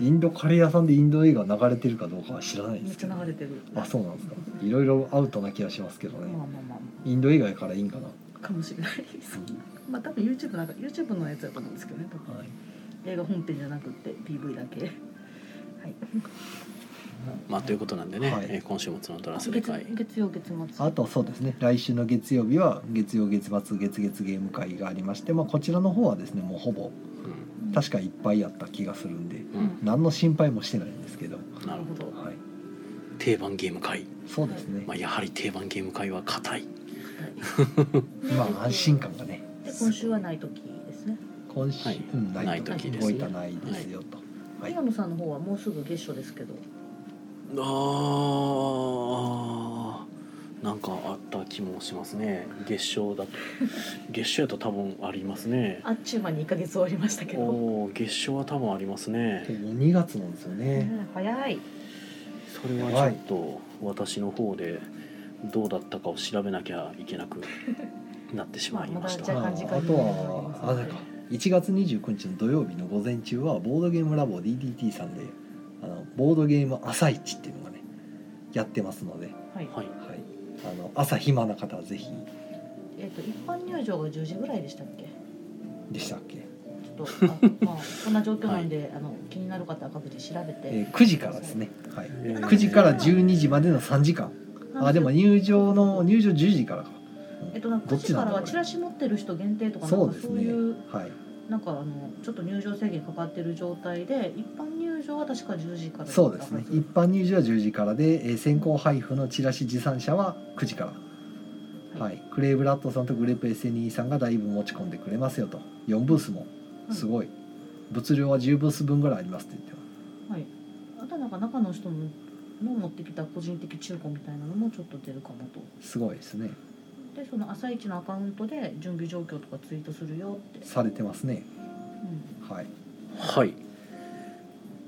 [SPEAKER 2] インドカレー屋さんでインド映画流れてるかどうかは知らないで
[SPEAKER 3] めっ
[SPEAKER 2] す
[SPEAKER 3] ち
[SPEAKER 2] けど
[SPEAKER 3] ゃ流れてる
[SPEAKER 2] あそうなんですかいろいろアウトな気がしますけど
[SPEAKER 3] まあ
[SPEAKER 2] ね
[SPEAKER 3] まあまあま
[SPEAKER 2] インド映画やからいいんかな、
[SPEAKER 3] あかもしれないそんなまあ多分 YouTube なんか YouTube のやつだと思うんですけどね多分
[SPEAKER 2] はい、
[SPEAKER 3] 映画本編じゃなくて PV だけはい
[SPEAKER 1] まあということなんでね、
[SPEAKER 2] はい
[SPEAKER 1] えー今週末のドラスレ
[SPEAKER 3] 月
[SPEAKER 1] 会
[SPEAKER 3] 月曜月末
[SPEAKER 2] あとそうですね来週の月曜日は月曜月末月月ゲーム会がありまして、まあ、こちらの方はですねもうほぼ
[SPEAKER 1] うん
[SPEAKER 2] 確かいっぱいやった気がするんで
[SPEAKER 1] うん
[SPEAKER 2] 何の心配もしてないんですけど、
[SPEAKER 1] なるほど
[SPEAKER 2] はい、
[SPEAKER 1] 定番ゲーム会、
[SPEAKER 2] そうですね
[SPEAKER 1] まあ、やはり定番ゲーム会は硬い
[SPEAKER 2] まあ安心感がね
[SPEAKER 3] で今週はない時ですね
[SPEAKER 2] 今週、
[SPEAKER 1] はい
[SPEAKER 2] うんな
[SPEAKER 1] ない
[SPEAKER 2] いと
[SPEAKER 1] 時です
[SPEAKER 2] 動
[SPEAKER 1] ね
[SPEAKER 2] いたないですよと、はい
[SPEAKER 3] 宮野さんの方はもうすぐ月初ですけど
[SPEAKER 1] あーなんかあった気もしますね月賞 だと月賞やと多分ありますね
[SPEAKER 3] あっちゅう間に1ヶ月終わりましたけど、
[SPEAKER 1] おー月賞は多分ありますね
[SPEAKER 2] もう2月なんですよね、
[SPEAKER 3] ね早い
[SPEAKER 1] それはちょっと私の方でどうだったかを調べなきゃいけなくなってしまいました
[SPEAKER 3] まじだゃあ
[SPEAKER 2] あ
[SPEAKER 3] 感じ感
[SPEAKER 2] あ
[SPEAKER 3] じ
[SPEAKER 2] とはあれか1月29日の土曜日の午前中はボードゲームラボ DDT さんであのボードゲーム朝市っていうのがねやってますので、は
[SPEAKER 3] はい、
[SPEAKER 1] はい
[SPEAKER 2] い、あの朝暇な方はぜひ
[SPEAKER 3] えっ、と一般入場が10時ぐらいでしたっ け
[SPEAKER 2] でしたっけ、
[SPEAKER 3] ちょっとあまあこんな状況なんで、あの気になる方は各自調べて、
[SPEAKER 2] えー9時からですね、はい、
[SPEAKER 1] えー
[SPEAKER 2] 9時から12時までの3時間あでも入場の入場10時からか、うん
[SPEAKER 3] えっとなんか
[SPEAKER 2] ど
[SPEAKER 3] 9
[SPEAKER 2] っち
[SPEAKER 3] 時
[SPEAKER 2] な
[SPEAKER 3] か
[SPEAKER 2] んだ
[SPEAKER 3] ら
[SPEAKER 2] ろう
[SPEAKER 3] はチラシ持ってる人限定とかな
[SPEAKER 2] そ
[SPEAKER 3] ん
[SPEAKER 2] う
[SPEAKER 3] か
[SPEAKER 2] です
[SPEAKER 3] そう
[SPEAKER 2] ね
[SPEAKER 3] いう
[SPEAKER 2] はい
[SPEAKER 3] なんかあのちょっと入場制限かかってる状態で一般入場は確か10時からだった
[SPEAKER 2] そうですね
[SPEAKER 3] はず
[SPEAKER 2] 一般入場は10時からで、えー先行配布のチラシ持参者は9時から、
[SPEAKER 3] は
[SPEAKER 2] はい、クレイブラッドさんとグレープ SNE さんがだいぶ持ち込んでくれますよと4ブースも
[SPEAKER 3] うん
[SPEAKER 2] すごい、物量は10ブース分ぐらいありますって言ってます
[SPEAKER 3] はい、あとはなんか中の人のの持ってきた個人的中古みたいなのもちょっと出るかもと
[SPEAKER 2] すごいですね
[SPEAKER 3] でその「朝一のアカウントで準備状況とかツイートするよって、
[SPEAKER 2] されてますね
[SPEAKER 3] うん、
[SPEAKER 2] はい
[SPEAKER 1] はい、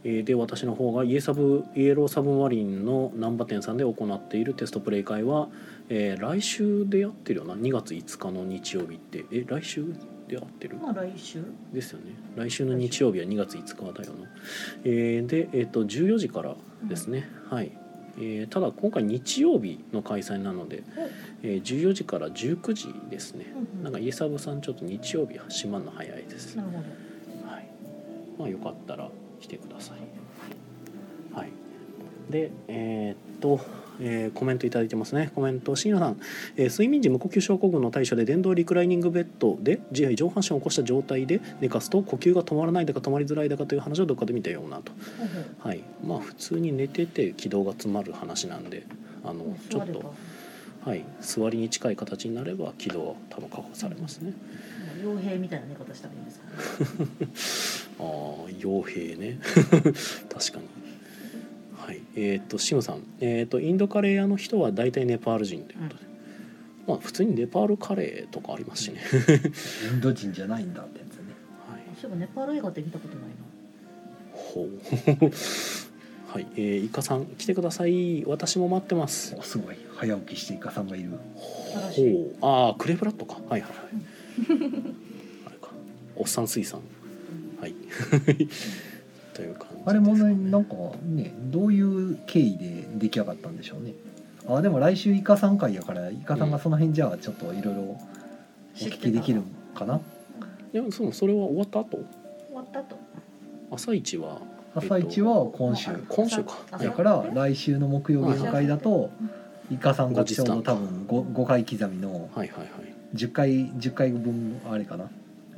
[SPEAKER 1] えーで私の方がイエサブイエローサブマリンの難波店さんで行っているテストプレイ会は、えー来週でやってるよな2月5日の日曜日ってえ来週でやってる
[SPEAKER 3] まあ来週
[SPEAKER 1] ですよね来週の日曜日は2月5日だよな、えーで、えー、と14時からですね、はい、えーただ今回日曜日の開催なので、えー14時から19時ですね
[SPEAKER 3] うんうん
[SPEAKER 1] なんかイエサブさんちょっと日曜日は閉まるの早いです
[SPEAKER 3] なるほど
[SPEAKER 1] はい、まあよかったら来てください。はい、でえーっと、えーコメントいただいてますねコメント椎名さん、えー睡眠時無呼吸症候群の対処で電動リクライニングベッドでじ上半身を起こした状態で寝かすと呼吸が止まらないだか止まりづらいだかという話をどっかで見たようなと、
[SPEAKER 3] ほうほう
[SPEAKER 1] はい、まあ普通に寝てて気道が詰まる話なんであのちょ
[SPEAKER 3] 座
[SPEAKER 1] っ
[SPEAKER 3] れば
[SPEAKER 1] と、はい、座りに近い形になれば気道は多分確保されますね。
[SPEAKER 3] 傭兵みたいな寝方したらいいんですか ね
[SPEAKER 1] ああ傭兵ね確かにはいえーっとシムさん、えーっとインドカレー屋の人は大体ネパール人ということで、まあ普通にネパールカレーとかありますしね、
[SPEAKER 2] インド人じゃないんだってやつね
[SPEAKER 1] はい、
[SPEAKER 3] そういえばネパール映画って見たことないな
[SPEAKER 1] ほう はい、えー、イカさん来てください私も待ってます
[SPEAKER 2] おすごい早起きしてイカさんがいる
[SPEAKER 3] 新しい
[SPEAKER 1] ほうああクレフラットかはいはいはいあれかおっさん水産はい という感じですかね
[SPEAKER 2] あれもねなんかねどういう経緯で出来上がったんでしょうねあでも来週イカさん会やからイカさんがその辺じゃあちょっといろいろお聞きできるかな
[SPEAKER 1] でもそのそれは終わった後
[SPEAKER 3] 終わったと
[SPEAKER 1] 朝一は
[SPEAKER 2] 朝一は今週
[SPEAKER 1] えっと今週か
[SPEAKER 3] 朝
[SPEAKER 1] はい
[SPEAKER 2] だから来週の木曜日の会だとイカさんがちょうど多分 5, 5回刻みの
[SPEAKER 1] はいはいはい
[SPEAKER 2] 10回10回分あれかな、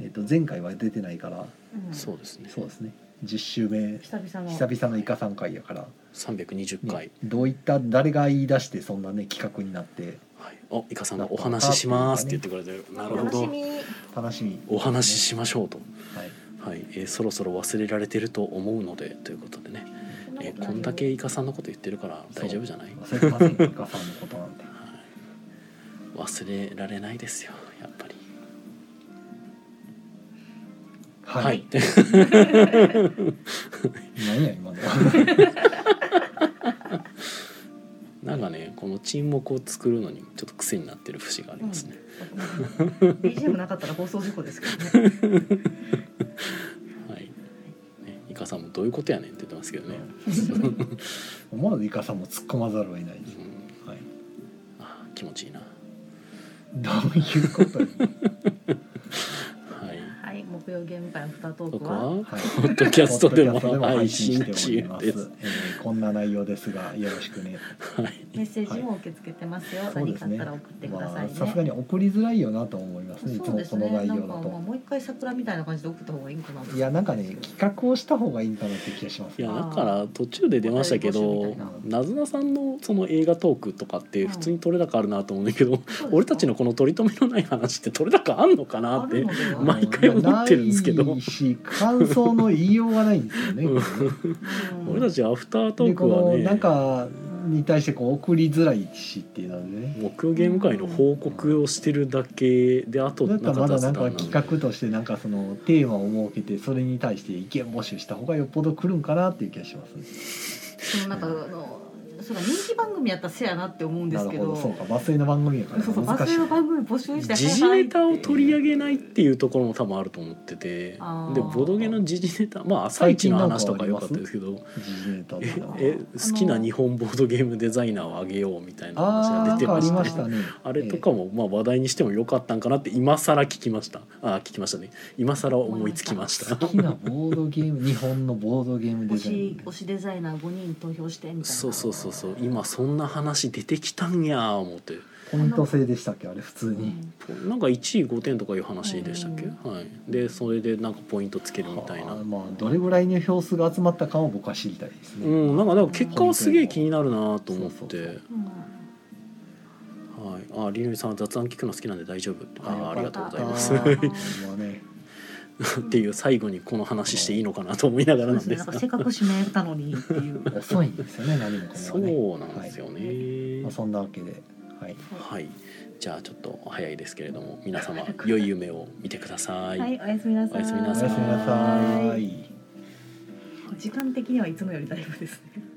[SPEAKER 2] えっと前回は出てないから
[SPEAKER 3] うん
[SPEAKER 1] そうですね
[SPEAKER 2] そうですね10週目
[SPEAKER 3] 久々の
[SPEAKER 2] 久々のイカさん会やから、
[SPEAKER 1] 320
[SPEAKER 2] ね
[SPEAKER 1] 回、
[SPEAKER 2] どういった誰が言い出してそんなね企画になって
[SPEAKER 1] はい、おイカさんが「お話しします」って言ってくれてるなるほ
[SPEAKER 3] 楽し
[SPEAKER 1] ど
[SPEAKER 3] み
[SPEAKER 2] 楽しみ、
[SPEAKER 1] お話ししましょうと、
[SPEAKER 2] は
[SPEAKER 1] は
[SPEAKER 2] い、
[SPEAKER 1] いえーそろそろ忘れられてると思うのでということでね、
[SPEAKER 3] な
[SPEAKER 1] えー
[SPEAKER 3] とないよ
[SPEAKER 1] こんだけイカさんのこと言ってるから大丈夫じゃない
[SPEAKER 2] 忘れてませんよイカさんのことなんて
[SPEAKER 1] はい忘れられないですよやっぱり
[SPEAKER 2] はい、何や今の
[SPEAKER 1] なんかねこの沈黙を作るのにちょっと癖になってる節がありますね、
[SPEAKER 3] うん BGM なかったら放送事故ですけどね
[SPEAKER 1] はいねイカさんもどういうことやねんって言ってますけどね、
[SPEAKER 2] 思わずイカさんも突っ込まざるを得ないで
[SPEAKER 1] う
[SPEAKER 2] す、
[SPEAKER 1] ん、
[SPEAKER 2] はい、
[SPEAKER 1] あ気持ちいいな
[SPEAKER 2] どういうことよ
[SPEAKER 1] はい
[SPEAKER 3] はい木曜現場の二トー
[SPEAKER 1] 僕
[SPEAKER 3] クは
[SPEAKER 1] は
[SPEAKER 2] はい
[SPEAKER 1] ポッドキャストでも
[SPEAKER 2] ポッドキャスト
[SPEAKER 1] 配信中
[SPEAKER 2] え
[SPEAKER 1] です
[SPEAKER 2] ーこんな内容ですがよろしくね
[SPEAKER 1] はい
[SPEAKER 3] メッセージも受け付けてますよ、
[SPEAKER 2] そう
[SPEAKER 3] 何
[SPEAKER 2] で
[SPEAKER 3] か
[SPEAKER 2] す
[SPEAKER 3] あっ
[SPEAKER 2] ね
[SPEAKER 3] たら送ってくださ
[SPEAKER 2] ま
[SPEAKER 3] い
[SPEAKER 2] あ
[SPEAKER 3] ね
[SPEAKER 2] さすがに送りづらいよなと思いますねいつ
[SPEAKER 3] そう
[SPEAKER 2] も
[SPEAKER 3] です
[SPEAKER 2] こ
[SPEAKER 3] ね
[SPEAKER 2] の内
[SPEAKER 3] なん
[SPEAKER 2] 容
[SPEAKER 3] か
[SPEAKER 2] だ
[SPEAKER 3] まあ
[SPEAKER 2] と
[SPEAKER 3] もう一回桜みたいな感じで送った方がいいんかない
[SPEAKER 2] やなんかね企画をした方がいいかなって気がします
[SPEAKER 1] いや
[SPEAKER 3] あー
[SPEAKER 1] だから途中で出ましたけ
[SPEAKER 3] お便り募集
[SPEAKER 1] ど
[SPEAKER 3] みたいな
[SPEAKER 1] なずなさんのその映画トークとかって普通に取れ高あるなと思うんだけど、
[SPEAKER 3] そうですか
[SPEAKER 1] 俺たちのこの取り留めのない話って取れ高あんのかな
[SPEAKER 3] あ
[SPEAKER 1] っ
[SPEAKER 3] る
[SPEAKER 1] て
[SPEAKER 3] のでは
[SPEAKER 1] ま 毎回思ってるんですけど
[SPEAKER 2] ないし感想の言いようがないんですよね。
[SPEAKER 1] うん
[SPEAKER 2] これね
[SPEAKER 3] うん
[SPEAKER 1] 俺たちアフタート
[SPEAKER 2] で
[SPEAKER 1] ー
[SPEAKER 2] こ
[SPEAKER 1] クは
[SPEAKER 2] の
[SPEAKER 1] ね
[SPEAKER 2] なんかに対してこう送りづらいしっていうのでね。
[SPEAKER 1] 木曜ゲーム会の報告をしてるだけであと
[SPEAKER 2] だったらまだなんか
[SPEAKER 1] 雑談
[SPEAKER 2] 企画としてなんかそのテーマを設けてそれに対して意見募集した方がよっぽど来るんかなっていう気がしますね。
[SPEAKER 3] そのなんかあのそれは人気番組やったらせやなって思うんで
[SPEAKER 2] な
[SPEAKER 3] す
[SPEAKER 2] る
[SPEAKER 3] け
[SPEAKER 2] ほ
[SPEAKER 3] ど
[SPEAKER 2] どそうか抜粋の番組やから
[SPEAKER 3] そうそう
[SPEAKER 2] 難
[SPEAKER 3] バ
[SPEAKER 2] しい
[SPEAKER 3] ス。の番組募集して
[SPEAKER 1] 時事ネタを取り上げないっていうところも多分あると思っててで
[SPEAKER 3] あー
[SPEAKER 1] ボドゲの時事ネタまあ朝一の話とか良かったですけど
[SPEAKER 2] 時事ネタと
[SPEAKER 1] え
[SPEAKER 2] か
[SPEAKER 1] え好きな日本ボードゲームデザイナーをあげようみたいな話
[SPEAKER 2] ああ
[SPEAKER 1] が出
[SPEAKER 2] なん
[SPEAKER 1] て
[SPEAKER 2] かあ
[SPEAKER 1] ま
[SPEAKER 2] り
[SPEAKER 1] した
[SPEAKER 2] ま
[SPEAKER 1] ね
[SPEAKER 2] したね。
[SPEAKER 1] あれとかもまあ話題にしてもよかったんかなって今更聞きましたあー聞きましたね今更思いつきました
[SPEAKER 2] 好きなボードゲーム日本のボードゲームデ
[SPEAKER 3] 推
[SPEAKER 2] ザイン
[SPEAKER 3] し推しデザイナー5人投票してみたいな
[SPEAKER 1] そうそうそうそう今そんな話出てきたんやー思って
[SPEAKER 2] ポイント制でしたっけあれ普通
[SPEAKER 3] う
[SPEAKER 2] に。
[SPEAKER 3] ん
[SPEAKER 1] なんか1位5点とかいう話でしたっけ、
[SPEAKER 3] う
[SPEAKER 1] はい、でそれでなんかポイントつけるみたいな
[SPEAKER 2] はあまあどれぐらいの票数が集まったかを僕は知りたいです
[SPEAKER 1] う
[SPEAKER 2] ね、
[SPEAKER 1] んなんかなんか結果はすげえ気になるなと思っ
[SPEAKER 2] そうそう
[SPEAKER 1] て
[SPEAKER 3] うん
[SPEAKER 1] はいありのりさん雑談聞くの好きなんで大丈夫ってあーありがとうございます
[SPEAKER 2] あ
[SPEAKER 1] っ
[SPEAKER 2] ーまあね
[SPEAKER 1] ていう最後にこの話していいのかなと思いなが
[SPEAKER 3] そ
[SPEAKER 1] ら
[SPEAKER 3] う
[SPEAKER 1] な
[SPEAKER 3] で
[SPEAKER 1] ん
[SPEAKER 3] すね
[SPEAKER 1] で
[SPEAKER 3] な
[SPEAKER 1] す
[SPEAKER 3] んか
[SPEAKER 1] が
[SPEAKER 3] せっかく指名したのにっていう
[SPEAKER 2] 遅いんですよね何もか
[SPEAKER 1] そ
[SPEAKER 2] もがね
[SPEAKER 1] うなんですよね
[SPEAKER 2] まあ、そんなわけではい
[SPEAKER 1] はいじゃあちょっと早いですけれども皆 様良い夢を見てください、
[SPEAKER 3] はいおやすみなさい
[SPEAKER 1] おやすみ
[SPEAKER 2] お
[SPEAKER 1] な
[SPEAKER 2] やす
[SPEAKER 1] さ
[SPEAKER 2] みなさい
[SPEAKER 3] 時間的にはいつもよりだいぶですね